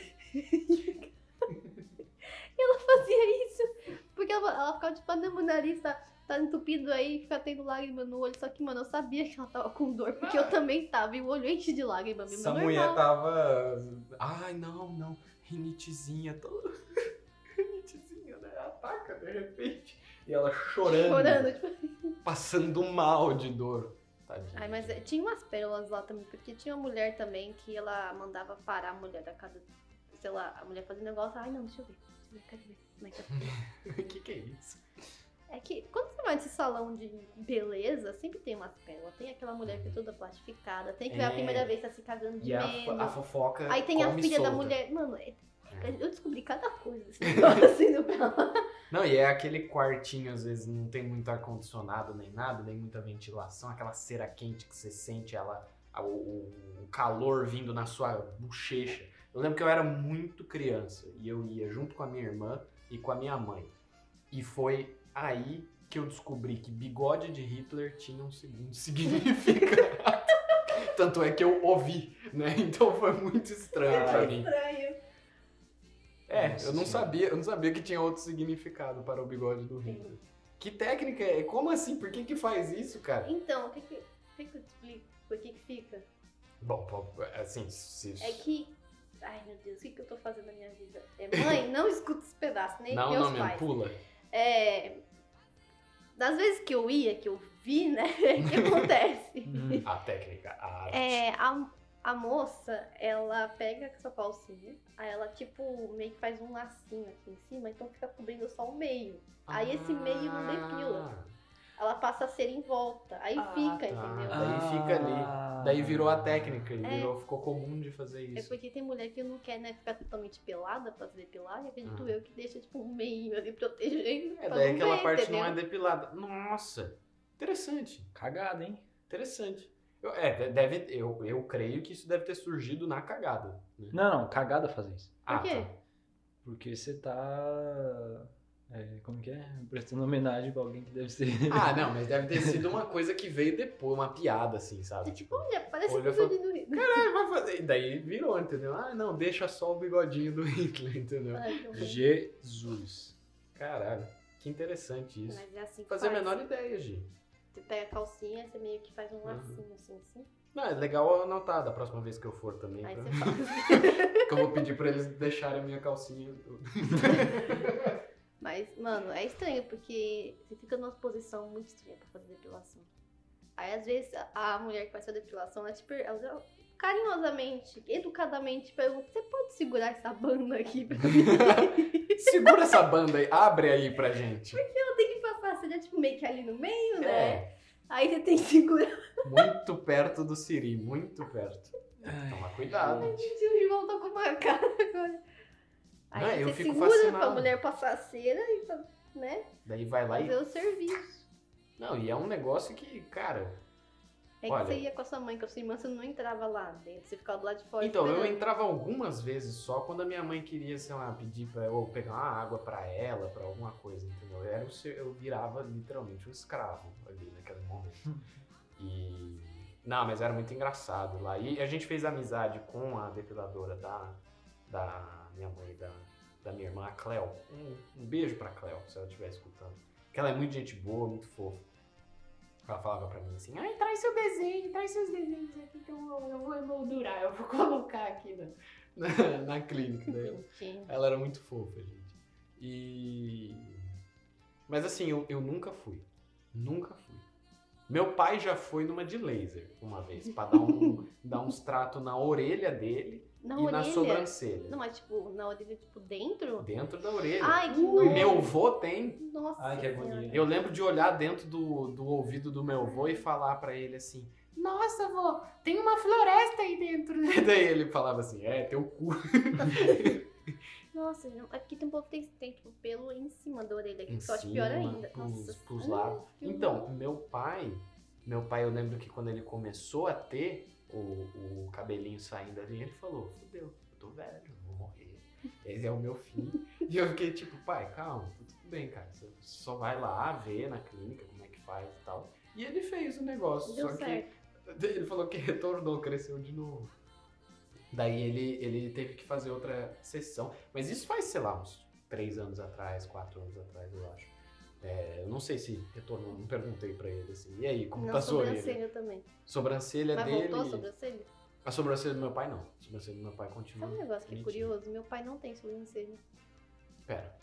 Speaker 2: E ela fazia isso, porque ela, ela ficava tipo, ah, não, meu nariz tá, tá entupido aí, fica tendo lágrima no olho. Só que, mano, eu sabia que ela tava com dor, porque eu também tava, e o olho enche de lágrima mesmo.
Speaker 1: Essa
Speaker 2: é
Speaker 1: mulher tá
Speaker 2: normal.
Speaker 1: tava. Ai, não, não. Rinitezinha. Tô... [laughs] Rinitezinha, né? Ataca de repente. E ela chorando.
Speaker 2: chorando. Tipo,
Speaker 1: Passando mal de dor. Tadinha.
Speaker 2: Ai,
Speaker 1: [laughs]
Speaker 2: mas é, tinha umas pérolas lá também, porque tinha uma mulher também que ela mandava parar a mulher da casa. Sei lá, a mulher fazia um negócio, ai não, deixa eu ver. Deixa eu ver, quero ver. Como é que é?"
Speaker 1: O que, que é isso?
Speaker 2: É que quando você vai nesse salão de beleza, sempre tem umas pérolas. Tem aquela mulher que é toda plastificada, tem que ver a
Speaker 1: É.
Speaker 2: primeira vez tá se cagando de
Speaker 1: E a, fo-
Speaker 2: medo.
Speaker 1: a fofoca.
Speaker 2: Aí tem a
Speaker 1: come
Speaker 2: filha da
Speaker 1: solta.
Speaker 2: mulher. Mano, é- eu descobri cada coisa
Speaker 1: [laughs]
Speaker 2: desse negócio, assim, do Bela.
Speaker 1: Não, e é aquele quartinho, às vezes, não tem muito ar-condicionado nem nada, nem muita ventilação, aquela cera quente que você sente ela, a- o, o calor vindo na sua bochecha. Eu lembro que eu era muito criança e eu ia junto com a minha irmã e com a minha mãe. E foi aí que eu descobri que bigode de Hitler tinha um [laughs] segundo significado. Tanto é que eu ouvi, né? Então foi muito estranho pra mim.
Speaker 2: estranho.
Speaker 1: É,
Speaker 3: Nossa
Speaker 1: eu não
Speaker 3: Senhora.
Speaker 1: sabia, eu não sabia que tinha outro significado para o bigode do Hitler. Que técnica é? Como assim? Por que que faz isso, cara?
Speaker 2: Então, o que que, o que, que eu te explico? Por que que fica?
Speaker 1: Bom, pô, assim, se...
Speaker 2: É que. Ai meu Deus, o que, que eu tô fazendo na minha vida? É, mãe, [laughs] não escuta esse pedaço, nem
Speaker 1: não,
Speaker 2: meus
Speaker 1: não, mesmo,
Speaker 2: pais.
Speaker 1: pula.
Speaker 2: É. Das vezes que eu ia, que eu vi, né? [laughs] O que [laughs] acontece?
Speaker 1: A técnica, a arte.
Speaker 2: É, a, a moça, ela pega a sua calcinha, aí ela, tipo, meio que faz um lacinho aqui em cima, então fica cobrindo só o meio. aí esse meio não depila. Ela passa a ser em volta, aí
Speaker 3: Ah,
Speaker 1: tá.
Speaker 2: fica, entendeu?
Speaker 1: Daí fica ali. Ah. Daí virou a técnica, e
Speaker 2: É.
Speaker 1: virou, ficou comum de fazer
Speaker 2: É
Speaker 1: isso.
Speaker 2: porque tem mulher que não quer, né, ficar totalmente pelada pra se depilar, e acredito
Speaker 1: Ah.
Speaker 2: eu que deixa, tipo, um meio ali protegendo.
Speaker 1: É,
Speaker 2: pra
Speaker 1: daí
Speaker 2: não
Speaker 1: aquela
Speaker 2: ver,
Speaker 1: parte
Speaker 2: entendeu?
Speaker 1: não é depilada. Nossa, interessante.
Speaker 3: Cagada, hein?
Speaker 1: Interessante. Eu, é, de- deve, eu, eu creio que isso deve ter surgido na cagada. né?
Speaker 3: Não, não, cagada fazer isso.
Speaker 1: Ah,
Speaker 2: quê?
Speaker 1: tá.
Speaker 3: Porque você tá. é, como que é? Prestando homenagem pra alguém que deve ser.
Speaker 1: Ah, não, mas deve ter sido uma coisa que veio depois, uma piada, assim, sabe?
Speaker 2: É tipo, olha, parece
Speaker 1: Olha,
Speaker 2: Olha,
Speaker 1: eu falo-
Speaker 2: do Rio.
Speaker 1: "Ah, vai fazer. E daí virou, entendeu? Ah, não, deixa só o bigodinho do Hitler, entendeu?
Speaker 2: Ai, que horror.
Speaker 3: Jesus.
Speaker 1: Caralho, que interessante isso.
Speaker 2: Mas é assim que
Speaker 1: Fazer a
Speaker 2: faz.
Speaker 1: menor ideia, Gi.
Speaker 2: Você pega a calcinha, você meio que faz um
Speaker 1: Uhum.
Speaker 2: lacinho, assim, assim.
Speaker 1: Não, é legal anotar da próxima vez que eu for também.
Speaker 2: Aí
Speaker 1: pra-
Speaker 2: você [laughs] faz.
Speaker 1: Que eu vou pedir pra eles deixarem a minha calcinha.
Speaker 2: Mas, mano, é estranho, porque você fica numa posição muito estranha pra fazer depilação. Aí, às vezes, a- a mulher que faz sua depilação, ela, tipo, ela já- carinhosamente, educadamente pergunta, você pode segurar essa banda aqui [laughs] pra mim?
Speaker 1: [laughs] Segura essa banda aí, abre aí pra gente.
Speaker 2: eu tenho que passar a cena, tipo, meio que ali no meio, né?
Speaker 1: É,
Speaker 2: Aí você tem que segurar.
Speaker 1: muito perto do Siri, muito perto.
Speaker 3: [laughs]
Speaker 1: Toma cuidado.
Speaker 2: Gente, o João tá com uma cara agora.
Speaker 1: Não,
Speaker 2: Aí
Speaker 1: eu
Speaker 2: você
Speaker 1: fico
Speaker 2: segura pra
Speaker 1: fascinado.
Speaker 2: mulher passar a cera e, pra, né,
Speaker 1: Daí vai lá e.
Speaker 2: fazer o serviço.
Speaker 1: Não, e é um negócio que, cara.
Speaker 2: É
Speaker 1: Olha.
Speaker 2: que você ia com a sua mãe, com a sua irmã, você não entrava lá dentro, você ficava do lado de fora.
Speaker 1: Então, eu
Speaker 2: esperando.
Speaker 1: entrava algumas vezes só quando a minha mãe queria, sei lá, pedir pra eu pegar uma água pra ela, pra alguma coisa, entendeu? Eu, era o ser- eu virava literalmente um escravo ali naquele momento. E. Não, mas era muito engraçado lá. E a gente fez amizade com a depiladora da, da minha mãe, e da, da minha irmã, a Cleo. Um, um beijo pra Cleo, se ela estiver escutando. Porque ela é muito gente boa, muito fofa. Ela falava pra mim assim, ai, traz seu desenho, traz seus desenhos [laughs] aqui que eu vou, eu vou emoldurar, eu vou [laughs] colocar aqui né? na, na, na clínica. né? Daí eu-
Speaker 2: Gente,
Speaker 1: Ela era muito fofa, gente. E... Mas assim, eu, eu nunca fui. Nunca fui. Meu pai já foi numa de laser uma vez, pra dar,
Speaker 2: [laughs]
Speaker 1: um, dar uns tratos na orelha dele
Speaker 2: na
Speaker 1: e
Speaker 2: orelha.
Speaker 1: na sobrancelha.
Speaker 2: Não, mas tipo, na orelha, tipo, dentro?
Speaker 1: Dentro da orelha.
Speaker 2: Ai, que
Speaker 1: O
Speaker 2: nojo.
Speaker 1: meu vô tem.
Speaker 2: Nossa.
Speaker 3: Ai, que
Speaker 2: Senhora.
Speaker 3: agonia.
Speaker 1: Eu lembro de olhar dentro do, do ouvido do meu vô e falar pra ele assim: Nossa, vô, tem uma floresta aí dentro. [laughs] né?" Daí ele falava assim: É, teu cu.
Speaker 2: Nossa, não. aqui tem um povo que tem, tem, tipo, pelo em cima da orelha,
Speaker 1: Em
Speaker 2: que só acho pior
Speaker 1: cima,
Speaker 2: ainda.
Speaker 1: pros-
Speaker 2: Nossa,
Speaker 1: pros
Speaker 2: ai,
Speaker 1: lados.
Speaker 2: que
Speaker 1: Então, meu pai, meu pai, eu lembro que quando ele começou a ter o, o cabelinho saindo ali, ele falou: Fudeu, eu tô velho, eu vou morrer. [laughs] Esse é o meu fim. e eu fiquei tipo: Pai, calma, tudo bem, cara. Você só vai lá ver na clínica como é que faz e tal. E ele fez o negócio,
Speaker 2: Deu
Speaker 1: só
Speaker 2: certo.
Speaker 1: que [laughs] ele falou que retornou, cresceu de novo. Daí ele, ele teve que fazer outra sessão. Mas isso faz, sei lá, uns três anos atrás, quatro anos atrás, eu acho. É, eu não sei se retornou, não perguntei pra ele assim. E aí, como
Speaker 2: Na
Speaker 1: tá sua orelha?
Speaker 2: sobrancelha também.
Speaker 1: Sobrancelha
Speaker 2: Mas
Speaker 1: dele.
Speaker 2: voltou a sobrancelha?
Speaker 1: A sobrancelha do meu pai não. A sobrancelha do meu pai continua.
Speaker 2: Sabe um negócio que é
Speaker 1: bonitinha.
Speaker 2: curioso? Meu pai não tem sobrancelha.
Speaker 1: Pera.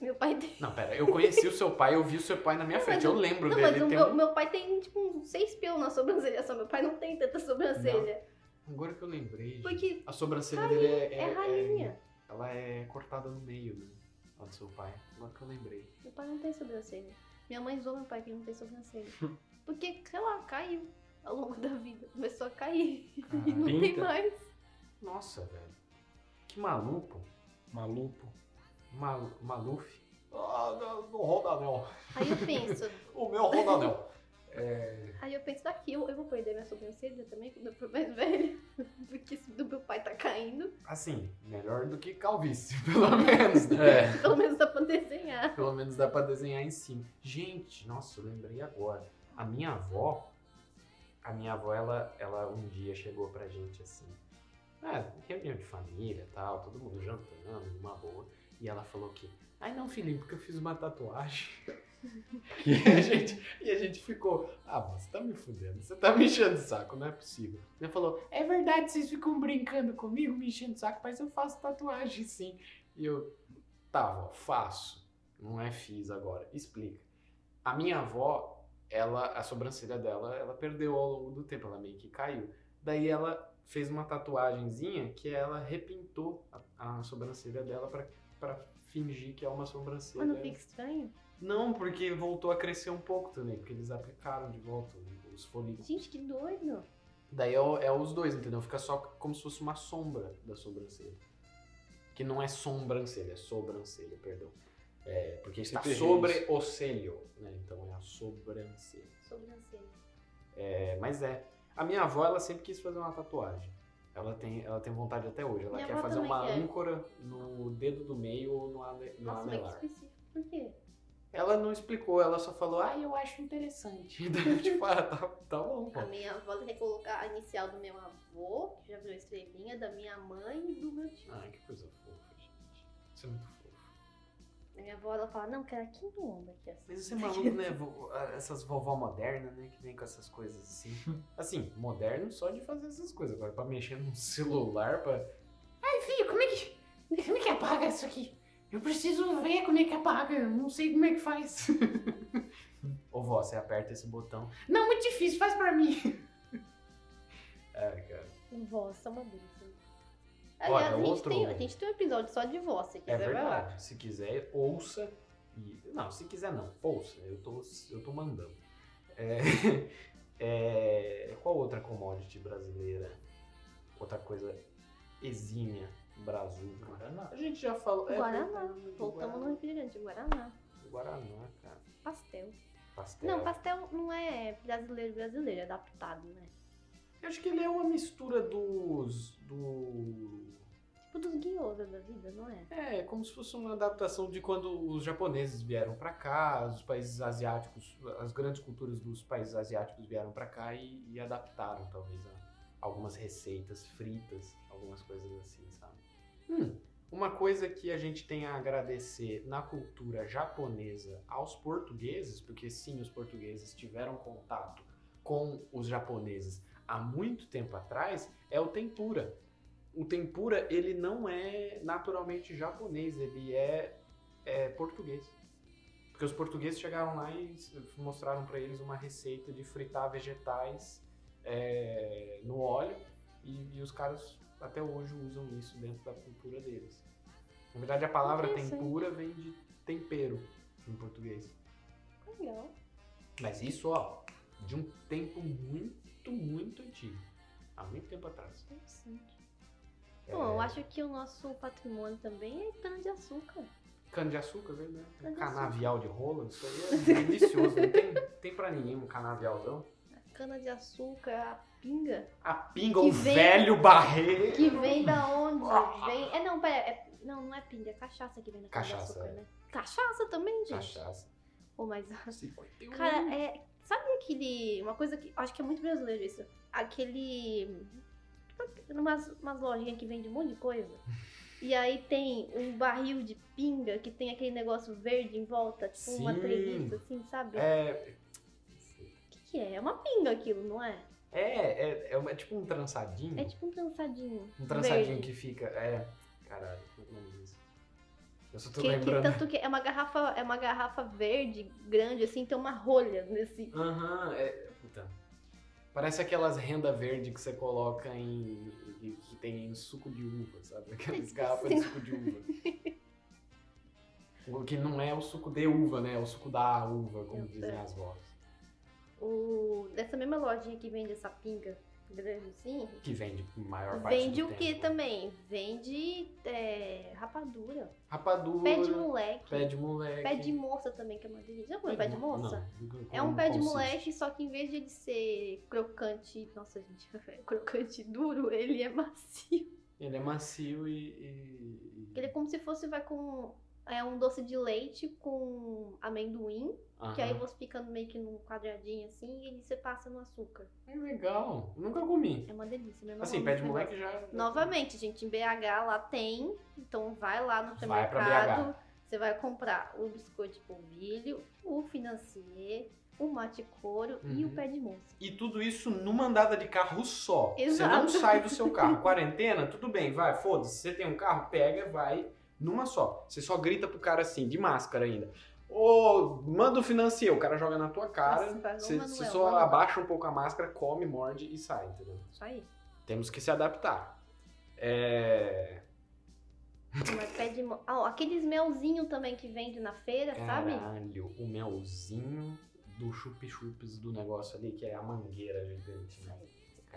Speaker 2: Meu pai tem.
Speaker 1: Não, pera. Eu conheci o seu pai, eu vi o seu pai na minha
Speaker 2: Não,
Speaker 1: frente.
Speaker 2: mas
Speaker 1: Eu
Speaker 2: o-
Speaker 1: lembro
Speaker 2: Não,
Speaker 1: dele.
Speaker 2: mas o
Speaker 1: tem
Speaker 2: meu,
Speaker 1: um-
Speaker 2: meu pai tem, tipo, uns seis pelos na sobrancelha só. Meu pai não tem tanta sobrancelha.
Speaker 1: Agora que eu lembrei.
Speaker 2: Porque
Speaker 1: A sobrancelha
Speaker 2: Rainha,
Speaker 1: dele é.
Speaker 2: é, rainha.
Speaker 1: Ela é cortada no meio, né? A do seu pai. Agora que eu lembrei.
Speaker 2: Meu pai não tem sobrancelha. Minha mãe zoa meu pai que ele não
Speaker 1: [laughs]
Speaker 2: tem sobrancelha. Porque, sei lá, caiu ao longo da vida. Começou a cair. E não tem
Speaker 3: Pinta.
Speaker 2: mais.
Speaker 1: Nossa, velho. Que maluco.
Speaker 3: Maluco.
Speaker 1: Mal, Maluf. Ah, não, não roda não.
Speaker 2: Aí eu penso,
Speaker 1: O meu roda não.
Speaker 2: aí eu penso daqui, eu, eu vou perder minha sobrancelha também quando eu for mais velha. [laughs] Porque se do meu pai tá caindo,
Speaker 1: [laughs] Assim, melhor do que calvície, [laughs] pelo menos, né?
Speaker 3: É.
Speaker 2: pelo menos dá pra desenhar.
Speaker 1: Pelo menos dá pra desenhar em cima. Gente, nossa, eu lembrei agora. A minha avó, a minha avó, ela, ela um dia chegou pra gente assim. Ah, reunião de família tal, todo mundo jantando, numa boa. E ela falou que, ai não, filhinho, porque eu fiz uma tatuagem. E a gente, e a gente ficou, ah, mas você tá me fudendo, você tá me enchendo o saco, não é possível. Ela falou, é verdade, vocês ficam brincando comigo, me enchendo o saco, mas eu faço tatuagem sim. E eu, tá, vó, faço. Não é fiz agora, explica. A minha avó, ela, a sobrancelha dela, ela perdeu ao longo do tempo, ela meio que caiu. Daí ela fez uma tatuagenzinha que ela repintou a, a sobrancelha dela pra- pra fingir que é uma sobrancelha.
Speaker 2: Mas não fica estranho?
Speaker 1: Não, porque voltou a crescer um pouco também, porque eles aplicaram de volta os folículos.
Speaker 2: Gente, que doido.
Speaker 1: Daí é, o- é os dois, entendeu? Fica só como se fosse uma sombra da sobrancelha. Que não é sobrancelha, é sobrancelha, perdão. É, porque está
Speaker 3: Sempre
Speaker 1: sobre o cílio, né? Então é a sobrancelha.
Speaker 2: Sobrancelha.
Speaker 1: É, mas é. A minha avó, ela sempre quis fazer uma tatuagem. Ela tem, ela tem vontade até hoje. Ela
Speaker 2: Minha
Speaker 1: quer
Speaker 2: avó
Speaker 1: fazer
Speaker 2: também
Speaker 1: uma
Speaker 2: quer.
Speaker 1: âncora no dedo do meio ou no, ale, no
Speaker 2: Nossa, mas que
Speaker 1: anelar.
Speaker 2: específico. Por quê?
Speaker 1: Ela não explicou, ela só falou, ah, eu acho interessante. [laughs] Daí eu tipo, ah, tá, tá bom, pô.
Speaker 2: A minha avó quer colocar a inicial do meu avô, que já virou estrelinha, da minha mãe e do meu tio.
Speaker 1: Ai, que coisa fofa, gente. Isso é muito fofo.
Speaker 2: A minha avó, ela fala, não, quero aqui no ombro, aqui assim.
Speaker 1: Mas isso é maluco, né? Vo- ah, Essas vovó moderna, né? Que vem com essas coisas assim. [laughs] Assim, moderno só de fazer essas coisas. Agora, pra mexer num celular, pra... Ai, filho, como é que... Como é que apaga isso aqui? Eu preciso ver como é que apaga. Eu não sei como é que faz. [laughs] Ô, vó, você aperta esse botão. Não, muito difícil, faz pra mim. [laughs] Ai, cara.
Speaker 2: Vó, só uma bênção.
Speaker 1: Olha,
Speaker 2: Aliás, a, gente
Speaker 1: outro-
Speaker 2: tem, a gente tem um episódio só de vó, se quiser,
Speaker 1: É
Speaker 2: vai lá.
Speaker 1: verdade. Se quiser, ouça. E... Não, se quiser não, ouça. Eu tô, eu tô mandando. É, [laughs] é, Qual outra commodity brasileira? Outra coisa exímia, brazuca.
Speaker 3: Guaraná.
Speaker 1: A gente já falou. é,
Speaker 2: Guaraná.
Speaker 1: voltando de
Speaker 2: Voltamos no
Speaker 1: Guaraná.
Speaker 2: refrigerante, Guaraná.
Speaker 1: Guaraná, cara.
Speaker 2: Pastel.
Speaker 1: Pastel.
Speaker 2: Não, pastel não é brasileiro, brasileiro, é adaptado, né?
Speaker 1: Eu acho que ele é uma mistura dos. do.
Speaker 2: Tipo dos guiosa da vida, não é?
Speaker 1: É, como se fosse uma adaptação de quando os japoneses vieram pra cá, os países asiáticos, as grandes culturas dos países asiáticos vieram pra cá e, e adaptaram, talvez, a algumas receitas fritas, algumas coisas assim, sabe? Hum, uma coisa que a gente tem a agradecer na cultura japonesa aos portugueses, porque sim, os portugueses tiveram contato com os japoneses há muito tempo atrás, é o tempura. O tempura, ele não é naturalmente japonês, ele é, é português. Porque os portugueses chegaram lá e s- mostraram para eles uma receita de fritar vegetais é, no óleo e, e os caras até hoje usam isso dentro da cultura deles. Na verdade, a palavra
Speaker 2: Interessante.
Speaker 1: tempura vem de tempero em português.
Speaker 2: Legal.
Speaker 1: Mas isso, ó, de um tempo muito, muito antigo. Há muito tempo atrás.
Speaker 2: Interessante. É. Bom, eu acho que o nosso patrimônio também é cana de açúcar.
Speaker 1: Cana-de-açúcar, verdade.
Speaker 2: Cana-de-açúcar.
Speaker 1: né? Um Canavial de rola, isso aí é
Speaker 2: [laughs]
Speaker 1: delicioso. Não tem, tem pra ninguém um canavialzão.
Speaker 2: A cana de açúcar, a pinga,
Speaker 1: A pinga,
Speaker 2: Que
Speaker 1: o
Speaker 2: vem-
Speaker 1: velho barreiro.
Speaker 2: que vem da onde? Vem... É, não, pera, é... não, não é pinga, é cachaça que vem da cana
Speaker 1: Cachaça,
Speaker 2: de açúcar,
Speaker 1: é.
Speaker 2: né? Cachaça também, gente.
Speaker 1: Cachaça.
Speaker 2: Ou mais
Speaker 1: Cinquenta
Speaker 2: Cara, é. Sabe aquele. Uma coisa que. Acho que é muito brasileiro isso. Aquele. Umas, umas lojinhas que vende um monte de
Speaker 1: [laughs]
Speaker 2: coisa. E aí tem um barril de pinga que tem aquele negócio verde em volta, tipo uma
Speaker 1: Sim.
Speaker 2: treliça, assim, sabe? O
Speaker 1: É,
Speaker 2: que, que é? É uma pinga aquilo, não é?
Speaker 1: é, é, é, uma- é tipo um trançadinho.
Speaker 2: É tipo um trançadinho.
Speaker 1: um trançadinho
Speaker 2: verde.
Speaker 1: que fica. É. Caralho, como é que é o nome disso? Eu só tô
Speaker 2: Que, que
Speaker 1: lembrando.
Speaker 2: tanto que é uma garrafa, é uma garrafa verde grande, assim, tem uma rolha nesse.
Speaker 1: Aham, é. Puta. Parece aquelas renda verde que você coloca em. que, que
Speaker 2: [laughs]
Speaker 1: tem em suco de uva, sabe? Aquelas garrafas de suco de uva. O que não é o suco de uva, né? É o suco da uva, como
Speaker 2: Eu
Speaker 1: dizem
Speaker 2: sei.
Speaker 1: as vozes.
Speaker 2: O... Dessa mesma lojinha que vende essa pinga grande assim,
Speaker 1: Que vende a maior parte
Speaker 2: vende
Speaker 1: do
Speaker 2: o que
Speaker 1: tempo. né?
Speaker 2: também? Vende é, rapadura,
Speaker 1: Rapadura,
Speaker 2: pé de moleque,
Speaker 1: pé de moleque.
Speaker 2: pé de moça também, que é uma delícia. Já comeu pé de
Speaker 1: mo-
Speaker 2: moça?
Speaker 1: não, não
Speaker 2: É um pé de
Speaker 1: consigo.
Speaker 2: moleque, só que em vez de ele ser crocante, nossa gente, [laughs] é crocante e duro, ele é macio.
Speaker 1: Ele é macio e... e-
Speaker 2: Ele é como se fosse vai com é um doce de leite com amendoim, que aí
Speaker 1: Aham.
Speaker 2: você fica meio que num quadradinho assim e ele você passa no açúcar.
Speaker 1: É legal. Eu nunca comi.
Speaker 2: É uma delícia, meu irmão
Speaker 1: Assim,
Speaker 2: ama
Speaker 1: pé
Speaker 2: esse
Speaker 1: de moleque
Speaker 2: negócio.
Speaker 1: já...
Speaker 2: Novamente, gente, em BH lá tem, então vai lá no
Speaker 1: Vai pra
Speaker 2: supermercado, você vai comprar o biscoito de polvilho, o financier, o mate couro e o
Speaker 1: Uhum.
Speaker 2: pé de moça.
Speaker 1: E tudo isso numa andada de carro só.
Speaker 2: Exato.
Speaker 1: Você não sai do seu
Speaker 2: [laughs]
Speaker 1: carro. Quarentena, tudo bem, vai, foda-se. Você tem um carro, pega, vai numa só. Você só grita pro cara assim, de máscara ainda. Ô, manda o financeiro. O cara joga na tua cara.
Speaker 2: Nossa, vai, ô,
Speaker 1: você
Speaker 2: Manuel,
Speaker 1: você só
Speaker 2: Manuel.
Speaker 1: abaixa um pouco a máscara, come, morde e sai, entendeu?
Speaker 2: Isso aí.
Speaker 1: Temos que se adaptar. É.
Speaker 2: Mas pé de mão. Ah, ó, aqueles melzinho também que vende na feira, sabe?
Speaker 1: Caralho, o melzinho do chup-chups do negócio ali, que é a mangueira gigante.
Speaker 2: Isso
Speaker 1: né?
Speaker 2: aí.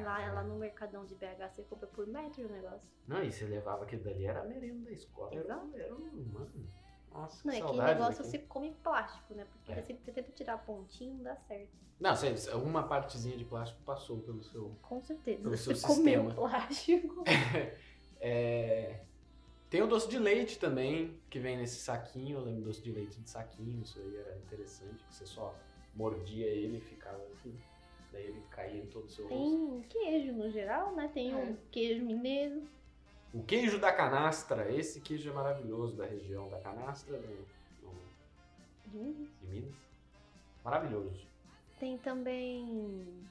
Speaker 2: Lá, lá no mercadão de BH você compra por metro o negócio.
Speaker 1: Não, e você levava aquilo dali, era a merenda da escola. Era,
Speaker 2: Exato.
Speaker 1: era um, mano. Nossa, que
Speaker 2: Não, é aquele
Speaker 1: saudade
Speaker 2: negócio
Speaker 1: daquilo.
Speaker 2: você come plástico, né? Porque
Speaker 1: É.
Speaker 2: você você tenta tirar a pontinha, não dá certo.
Speaker 1: Não, você, uma partezinha de plástico passou pelo seu...
Speaker 2: Com certeza.
Speaker 1: Pelo
Speaker 2: Você
Speaker 1: seu
Speaker 2: [laughs] comeu
Speaker 1: sistema. [laughs]
Speaker 2: plástico.
Speaker 1: É... Tem o doce de leite também, que vem nesse saquinho. Eu lembro doce de leite de saquinho, isso aí era interessante. Que você só mordia ele e ficava assim. Daí ele caía em todo o seu rosto.
Speaker 2: Tem queijo no geral, né? Tem
Speaker 1: É.
Speaker 2: um queijo mineiro.
Speaker 1: O queijo da canastra, esse queijo é maravilhoso da região da canastra, do, do-
Speaker 2: Hum.
Speaker 1: de Minas.
Speaker 2: [laughs]
Speaker 1: Maravilhoso.
Speaker 2: Tem também.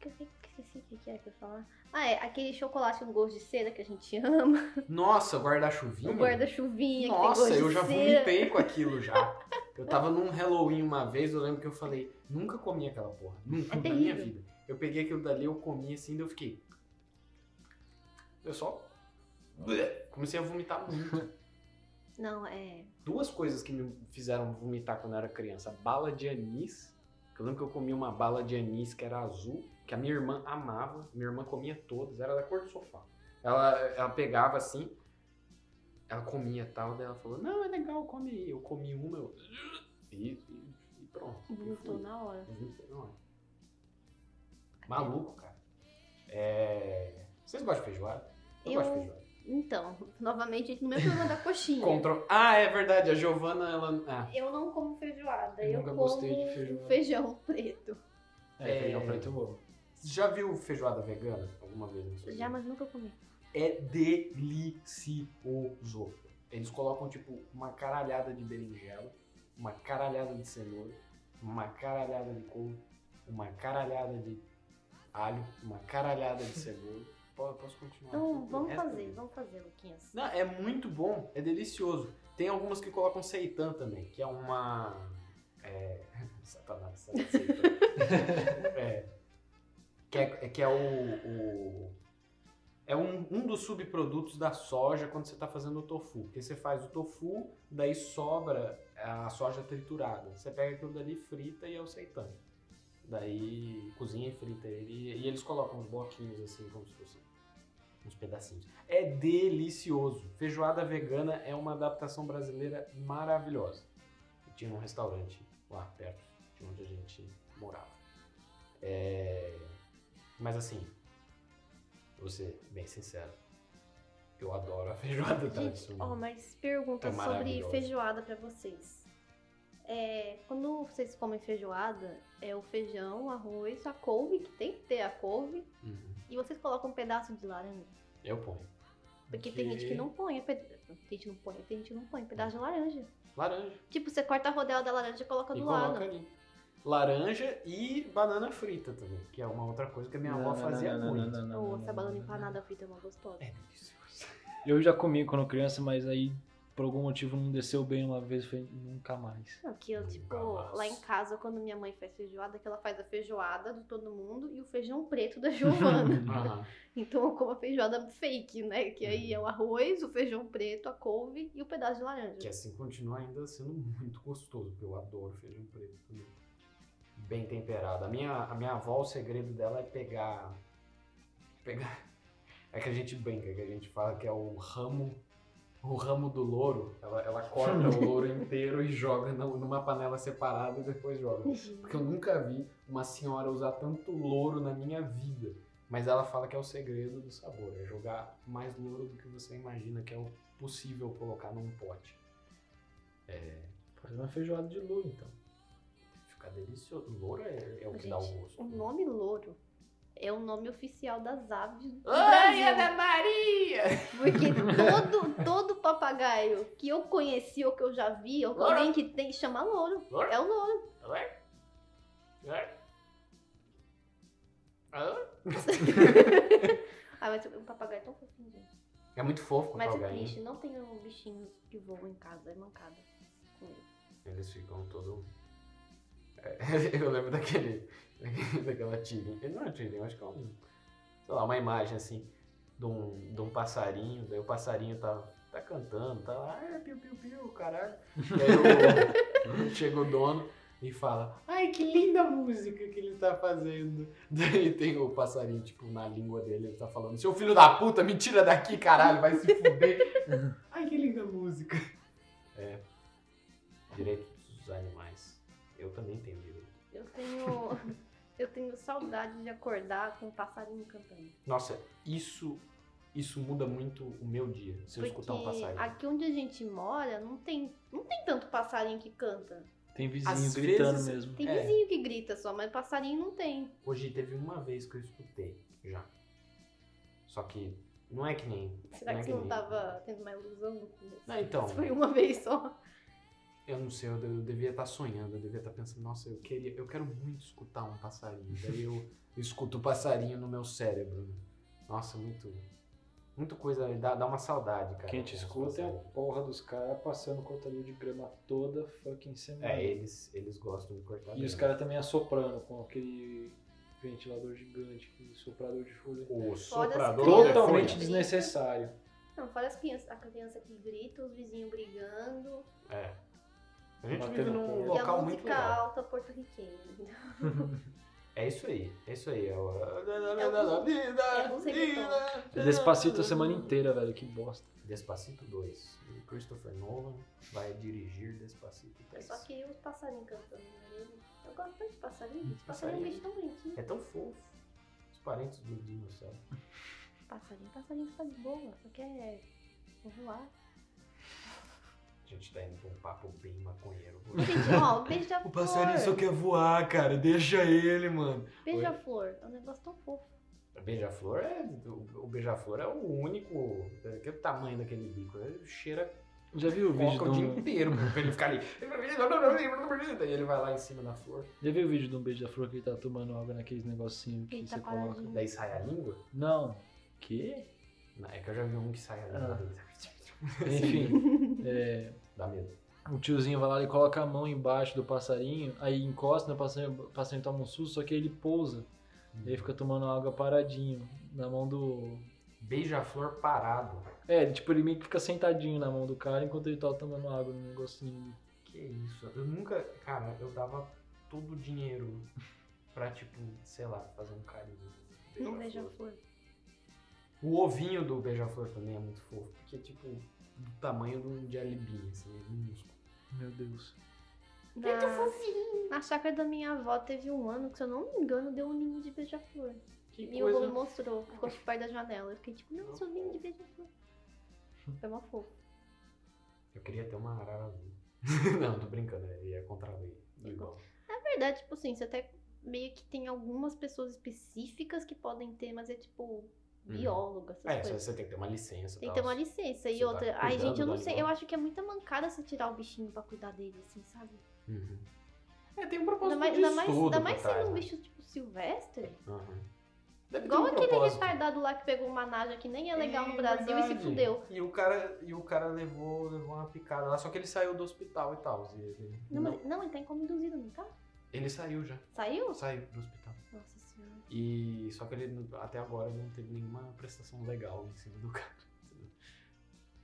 Speaker 2: que eu sei- Esqueci o que que é que eu ia falar. Ah, é aquele chocolate com gosto de cera que a gente ama.
Speaker 1: Nossa, o guarda-chuvinho.
Speaker 2: O guarda-chuvinha que tem gosto de
Speaker 1: Hum. Nossa,
Speaker 2: cera.
Speaker 1: eu já vomitei
Speaker 2: [laughs]
Speaker 1: com aquilo já. Eu tava num Halloween uma vez, eu lembro que eu falei, nunca comi aquela porra. Nunca
Speaker 2: É
Speaker 1: na minha
Speaker 2: terrível.
Speaker 1: vida. Eu peguei aquilo dali, eu comi assim, daí eu fiquei. Eu só. Comecei a vomitar muito.
Speaker 2: Não, é.
Speaker 1: Duas coisas que me fizeram vomitar quando eu era criança: a bala de anis. que Eu lembro que eu comi uma bala de anis que era azul, que a minha irmã amava. Minha irmã comia todas, era da cor do sofá. Ela, ela pegava assim, ela comia tal, daí ela falou: Não, é legal, come aí. Eu comi uma, eu. E, e- e pronto. E
Speaker 2: Vomitou
Speaker 1: fui.
Speaker 2: na hora.
Speaker 1: Eu vomitei na hora. Maluco, cara. É... Vocês gostam de feijoada? Eu,
Speaker 2: Eu-
Speaker 1: gosto de feijoada.
Speaker 2: Então, novamente, no mesmo problema da coxinha.
Speaker 1: Contro... Ah, é verdade, a Giovana, ela. Ah,
Speaker 2: Eu não como feijoada,
Speaker 3: Eu
Speaker 2: eu,
Speaker 3: nunca
Speaker 2: como
Speaker 3: gostei de feijoada.
Speaker 2: feijão preto.
Speaker 3: É,
Speaker 1: É.
Speaker 3: feijão preto é bom.
Speaker 1: Já viu feijoada vegana alguma vez? na sua vida?
Speaker 2: Já, mas nunca comi.
Speaker 1: É delicioso. Eles colocam, tipo, uma caralhada de berinjela, uma caralhada de cenoura, uma caralhada de couve, uma caralhada de alho, uma caralhada de cebola. Po- Posso continuar?
Speaker 2: Então,
Speaker 1: aqui?
Speaker 2: vamos
Speaker 1: Essa-
Speaker 2: fazer, vamos fazer, Luquinhas.
Speaker 1: Não, é muito bom, é delicioso. Tem algumas que colocam seitan também, que é uma... É... [laughs] Satanás, sabe, seitan. [laughs] é, que é, que é o, o- é um, um dos subprodutos da soja quando você está fazendo o tofu. Porque você faz o tofu, daí sobra a soja triturada. Você pega aquilo dali, frita e é o seitan. Daí cozinha e frita ele. E eles colocam uns bloquinhos assim, como se fossem uns pedacinhos. É delicioso. Feijoada vegana é uma adaptação brasileira maravilhosa. Eu tinha um restaurante lá perto de onde a gente morava. É, Mas assim, vou ser bem sincero, eu adoro a feijoada
Speaker 2: Gente, ó,
Speaker 1: tradicional.
Speaker 2: mas pergunta
Speaker 1: É
Speaker 2: sobre
Speaker 1: maravilhoso.
Speaker 2: feijoada pra vocês. É, quando vocês comem feijoada, é o feijão, o arroz, a couve, que tem que ter a couve,
Speaker 1: Uhum.
Speaker 2: e vocês colocam um pedaço de laranja.
Speaker 1: Eu ponho.
Speaker 2: Porque tem gente que não põe, é ped- tem gente que não põe, tem gente que não põe, pedaço de laranja.
Speaker 1: Laranja.
Speaker 2: Tipo, você corta a rodela da laranja e coloca
Speaker 1: e
Speaker 2: tá do
Speaker 1: coloca
Speaker 2: lado.
Speaker 1: ali. Laranja e banana frita também, que é uma outra coisa que a minha avó fazia muito.
Speaker 2: Ou essa banana empanada frita é uma gostosa.
Speaker 1: É delicioso.
Speaker 3: Eu já comi quando criança, mas aí por algum motivo não desceu bem uma vez, foi nunca [coughs] mais.
Speaker 2: Não, que eu,
Speaker 1: Nunca
Speaker 2: tipo,
Speaker 1: mais.
Speaker 2: lá em casa, quando minha mãe faz feijoada, que ela faz a feijoada de todo mundo e o feijão preto da [laughs] Giovana.
Speaker 1: Aham.
Speaker 2: então eu como a feijoada fake, né? Que aí é
Speaker 1: Uhum.
Speaker 2: o arroz, o feijão preto, a couve e o pedaço de laranja.
Speaker 1: Que assim continua ainda sendo muito gostoso, porque eu adoro feijão preto também. Bem temperado. A minha, a minha avó, o segredo dela é pegar. Pegar. [laughs] É que a gente brinca, que a gente fala que é o ramo. O ramo do louro. Ela, ela corta o louro inteiro e joga nu- numa panela separada e depois joga. Porque eu nunca vi uma senhora usar tanto louro na minha vida. Mas ela fala que é o segredo do sabor, é jogar mais louro do que você imagina que é o possível colocar num pote. É,
Speaker 3: Faz uma feijoada de lua, então.
Speaker 1: Fica delicioso. Louro é, é o que
Speaker 2: Gente,
Speaker 1: dá o gosto.
Speaker 2: [laughs] O nome louro é o nome oficial das aves do
Speaker 1: Ai, é
Speaker 2: Brasil.
Speaker 1: Ana Maria!
Speaker 2: Porque
Speaker 1: [laughs]
Speaker 2: todo, todo papagaio que eu conheci ou que eu já vi, ou que
Speaker 1: Louro.
Speaker 2: alguém que tem, chama louro.
Speaker 1: Louro.
Speaker 2: É o louro. Ah, mas o papagaio é tão fofinho, gente.
Speaker 1: É muito fofo com
Speaker 2: Mas é
Speaker 1: papagaio.
Speaker 2: triste, não tenho bichinhos que voam em casa, é mancada. com eles.
Speaker 1: Eles ficam todo. É, [laughs] Eu lembro daquele. [laughs] daquela tirinha. Ele não é tirinha, eu acho que é um. Sei lá, uma imagem assim. De um, de um passarinho. Daí o passarinho tá, tá cantando, tá lá. Ah, piu, piu, piu, caralho. E aí o, [laughs] chega o dono e fala: Ai, que linda música que ele tá fazendo. [laughs] Daí tem o passarinho, tipo, na língua dele, ele tá falando: Seu filho da puta, me tira daqui, caralho, vai se fuder. Ai, que linda música. Direitos dos animais. Eu também tenho direito.
Speaker 2: Eu
Speaker 1: [laughs]
Speaker 2: tenho. [laughs] Eu tenho saudade de acordar com um passarinho cantando.
Speaker 1: Nossa, isso isso muda muito o meu dia, se eu escutar um passarinho.
Speaker 2: aqui onde a gente mora, não tem, não tem tanto passarinho que canta.
Speaker 3: Tem vizinho
Speaker 1: Às
Speaker 3: gritando
Speaker 1: vezes-
Speaker 3: mesmo.
Speaker 2: Tem
Speaker 1: É.
Speaker 2: vizinho que grita só, mas passarinho não tem.
Speaker 1: Hoje teve uma vez que eu escutei já. Só que não é que nem.
Speaker 2: Será
Speaker 1: não
Speaker 2: que
Speaker 1: é
Speaker 2: você não
Speaker 1: nem-
Speaker 2: tava tendo uma ilusão no começo?
Speaker 1: Não, então.
Speaker 2: Foi uma vez só.
Speaker 1: Eu não sei, eu, de- eu devia estar sonhando, eu devia estar pensando, nossa, eu queria, eu quero muito escutar um passarinho. Daí eu escuto o passarinho no meu cérebro. Nossa, muito. Muito coisa, dá, dá uma saudade, cara.
Speaker 3: Quem te
Speaker 1: com os
Speaker 3: escuta é a
Speaker 1: passarinhos.
Speaker 3: porra dos caras passando cortador de grama toda fucking semana.
Speaker 1: É, eles, eles gostam de cortar
Speaker 3: E os
Speaker 1: grama.
Speaker 3: caras também assoprando com aquele ventilador gigante, aquele soprador de folha.
Speaker 1: O
Speaker 2: soprador Criança.
Speaker 3: Totalmente
Speaker 2: Folha.
Speaker 3: desnecessário.
Speaker 2: Não, fora as crianças, a criança que grita, os vizinhos brigando.
Speaker 1: É. A gente
Speaker 3: Batendo
Speaker 1: vive num
Speaker 3: ponto.
Speaker 2: E é a
Speaker 1: local muito
Speaker 2: música
Speaker 1: legal.
Speaker 2: alta porto-riquenha.
Speaker 1: É isso aí, é isso aí. É o...
Speaker 2: o- é o reggaeton.
Speaker 3: Despacito a semana inteira, velho. Que bosta.
Speaker 1: Despacito 2. O Christopher Nolan vai dirigir Despacito
Speaker 2: Eu
Speaker 1: 3.
Speaker 2: É só queria os passarinhos cantando. né? Eu, eu gosto tanto de passarinho. Os
Speaker 1: Passarinho.
Speaker 2: passarinhos é um bicho tão bonitinho.
Speaker 1: É tão fofo. Os parentes do dinossauro.
Speaker 2: Passarinho, passarinho fica de boa, só quer
Speaker 1: [laughs]
Speaker 2: voar.
Speaker 1: A gente tá indo pra um papo bem maconheiro.
Speaker 2: [laughs] Gente, é ó, o beija-flor.
Speaker 1: quer voar, cara. Deixa ele, mano.
Speaker 2: Beija-flor é um negócio tão fofo.
Speaker 1: Beija-flor é. O o beija-flor é o único. Que é o tamanho daquele bico. Ele cheira
Speaker 3: Já viu o vídeo
Speaker 1: coca
Speaker 3: de
Speaker 1: o dia
Speaker 3: um,
Speaker 1: inteiro pra ele ficar ali. Daí ele vai lá em cima da flor.
Speaker 3: já viu o vídeo de um beijo da flor que ele tá tomando água naqueles negocinhos que
Speaker 2: Ele tá
Speaker 3: você coloca?
Speaker 2: paradinho.
Speaker 1: Daí sai a língua?
Speaker 3: Não. Que?
Speaker 1: Não, é que eu já vi um que sai a língua
Speaker 3: Ah.
Speaker 1: dele.
Speaker 3: [laughs] Enfim, é,
Speaker 1: Dá medo.
Speaker 3: o tiozinho vai lá e coloca a mão embaixo do passarinho, aí encosta no passarinho, o passarinho toma um susto, só que ele pousa. E aí fica tomando água paradinho na mão do.
Speaker 1: Beija-flor parado.
Speaker 3: É, tipo, ele meio que fica sentadinho na mão do cara enquanto ele tá tomando água no negocinho.
Speaker 1: Que isso? Eu nunca. Cara, eu dava todo o dinheiro pra, tipo, sei lá, fazer um carinho. no
Speaker 2: Não
Speaker 1: beija-flor.
Speaker 2: beija-flor.
Speaker 1: O ovinho do beija-flor também é muito fofo, porque é tipo do tamanho de um alibinho, assim, é minúsculo.
Speaker 3: Meu Deus.
Speaker 2: Muito fofinho. Na chácara da minha avó teve um ano que, se eu não me engano, deu um ninho de beija-flor.
Speaker 1: Que
Speaker 2: E o
Speaker 1: coisa.
Speaker 2: avô me mostrou, ficou de perto da janela. Eu fiquei tipo, nossa, um ninho de beija-flor. Foi uma fofa.
Speaker 1: Eu queria ter uma arara azul. [laughs] Não, tô brincando, é, é contra a lei. Igual.
Speaker 2: Na verdade, tipo assim, você até meio que tem algumas pessoas específicas que podem ter, mas é tipo biólogo, essas
Speaker 1: Uhum. É,
Speaker 2: coisas.
Speaker 1: você tem que ter uma licença.
Speaker 2: Então, tipo, Tem
Speaker 1: tal,
Speaker 2: que ter uma licença.
Speaker 1: você
Speaker 2: E
Speaker 1: tá
Speaker 2: outra. Ai,
Speaker 1: cuidando
Speaker 2: gente, eu
Speaker 1: do
Speaker 2: não sei.
Speaker 1: animal.
Speaker 2: Eu acho que é muita mancada você tirar o bichinho pra cuidar dele, assim, sabe?
Speaker 1: Uhum. É, tem um
Speaker 2: Ainda
Speaker 1: propósito
Speaker 2: mais,
Speaker 1: de
Speaker 2: ainda mais,
Speaker 1: estudo
Speaker 2: ainda
Speaker 1: por
Speaker 2: mais
Speaker 1: trás,
Speaker 2: sendo um
Speaker 1: né?
Speaker 2: bicho, tipo, silvestre.
Speaker 1: Aham. Deve ter
Speaker 2: Igual
Speaker 1: um
Speaker 2: aquele
Speaker 1: propósito.
Speaker 2: retardado lá que pegou uma naja que nem é legal no
Speaker 1: É
Speaker 2: Brasil e se
Speaker 1: verdade.
Speaker 2: fudeu.
Speaker 1: E o cara, e o cara levou, levou uma picada lá, só que ele saiu do hospital e tal. e Ele,
Speaker 2: Não,
Speaker 1: não,
Speaker 2: mas, não, ele tá induzido, não tá?
Speaker 1: ele saiu já.
Speaker 2: Saiu?
Speaker 1: Saiu do hospital.
Speaker 2: Nossa senhora.
Speaker 1: E só que ele não- até agora não teve nenhuma prestação legal em cima do cara. [laughs]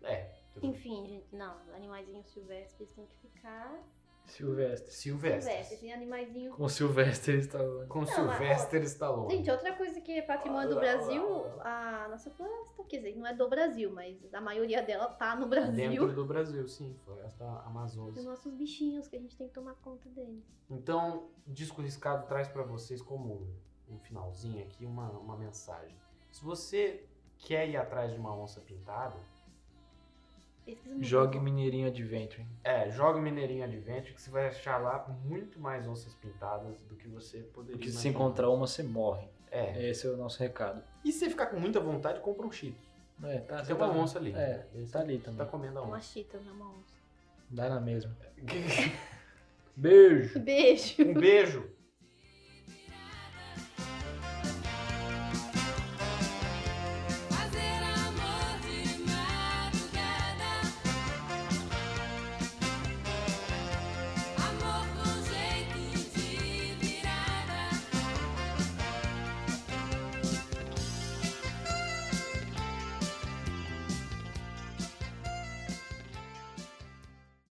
Speaker 1: É. tudo bem.
Speaker 2: Enfim, gente, não, animaizinhos silvestres têm que ficar.
Speaker 3: Silvestre.
Speaker 2: Silvestres,
Speaker 1: Silvestre.
Speaker 2: tem animaizinhos.
Speaker 3: Com Silvestre ele está falando.
Speaker 1: Com
Speaker 2: mas-
Speaker 1: Sylvester Stallone.
Speaker 2: Gente, outra coisa que é patrimônio do Brasil, a nossa floresta, quer dizer, não é do Brasil, mas a maioria dela tá no Brasil.
Speaker 1: Dentro do Brasil, sim. Floresta
Speaker 2: E os
Speaker 1: Amazônica.
Speaker 2: nossos bichinhos que a gente tem que tomar conta deles.
Speaker 1: Então, Disco Riscado traz pra vocês como um finalzinho aqui uma, uma mensagem. Se você quer ir atrás de uma onça pintada,
Speaker 2: Pesquisa no
Speaker 3: Jogue
Speaker 2: Google.
Speaker 3: Mineirinho Adventure.
Speaker 1: É, joga o Mineirinho Adventure que você vai achar lá muito mais onças pintadas do que você poderia
Speaker 3: Porque se
Speaker 1: imaginar.
Speaker 3: encontrar uma, você morre.
Speaker 1: É.
Speaker 3: Esse é o nosso recado.
Speaker 1: E se você ficar com muita vontade, compra um Cheetos.
Speaker 3: É, tá,
Speaker 1: Tem
Speaker 3: tá-
Speaker 1: uma onça ali.
Speaker 3: É,
Speaker 1: Ele
Speaker 3: tá ali
Speaker 1: Tá
Speaker 3: também.
Speaker 1: comendo a
Speaker 2: É uma
Speaker 1: onça.
Speaker 2: chita, não é uma onça.
Speaker 3: Dá na mesma. Beijo!
Speaker 2: Beijo.
Speaker 1: [laughs] um beijo.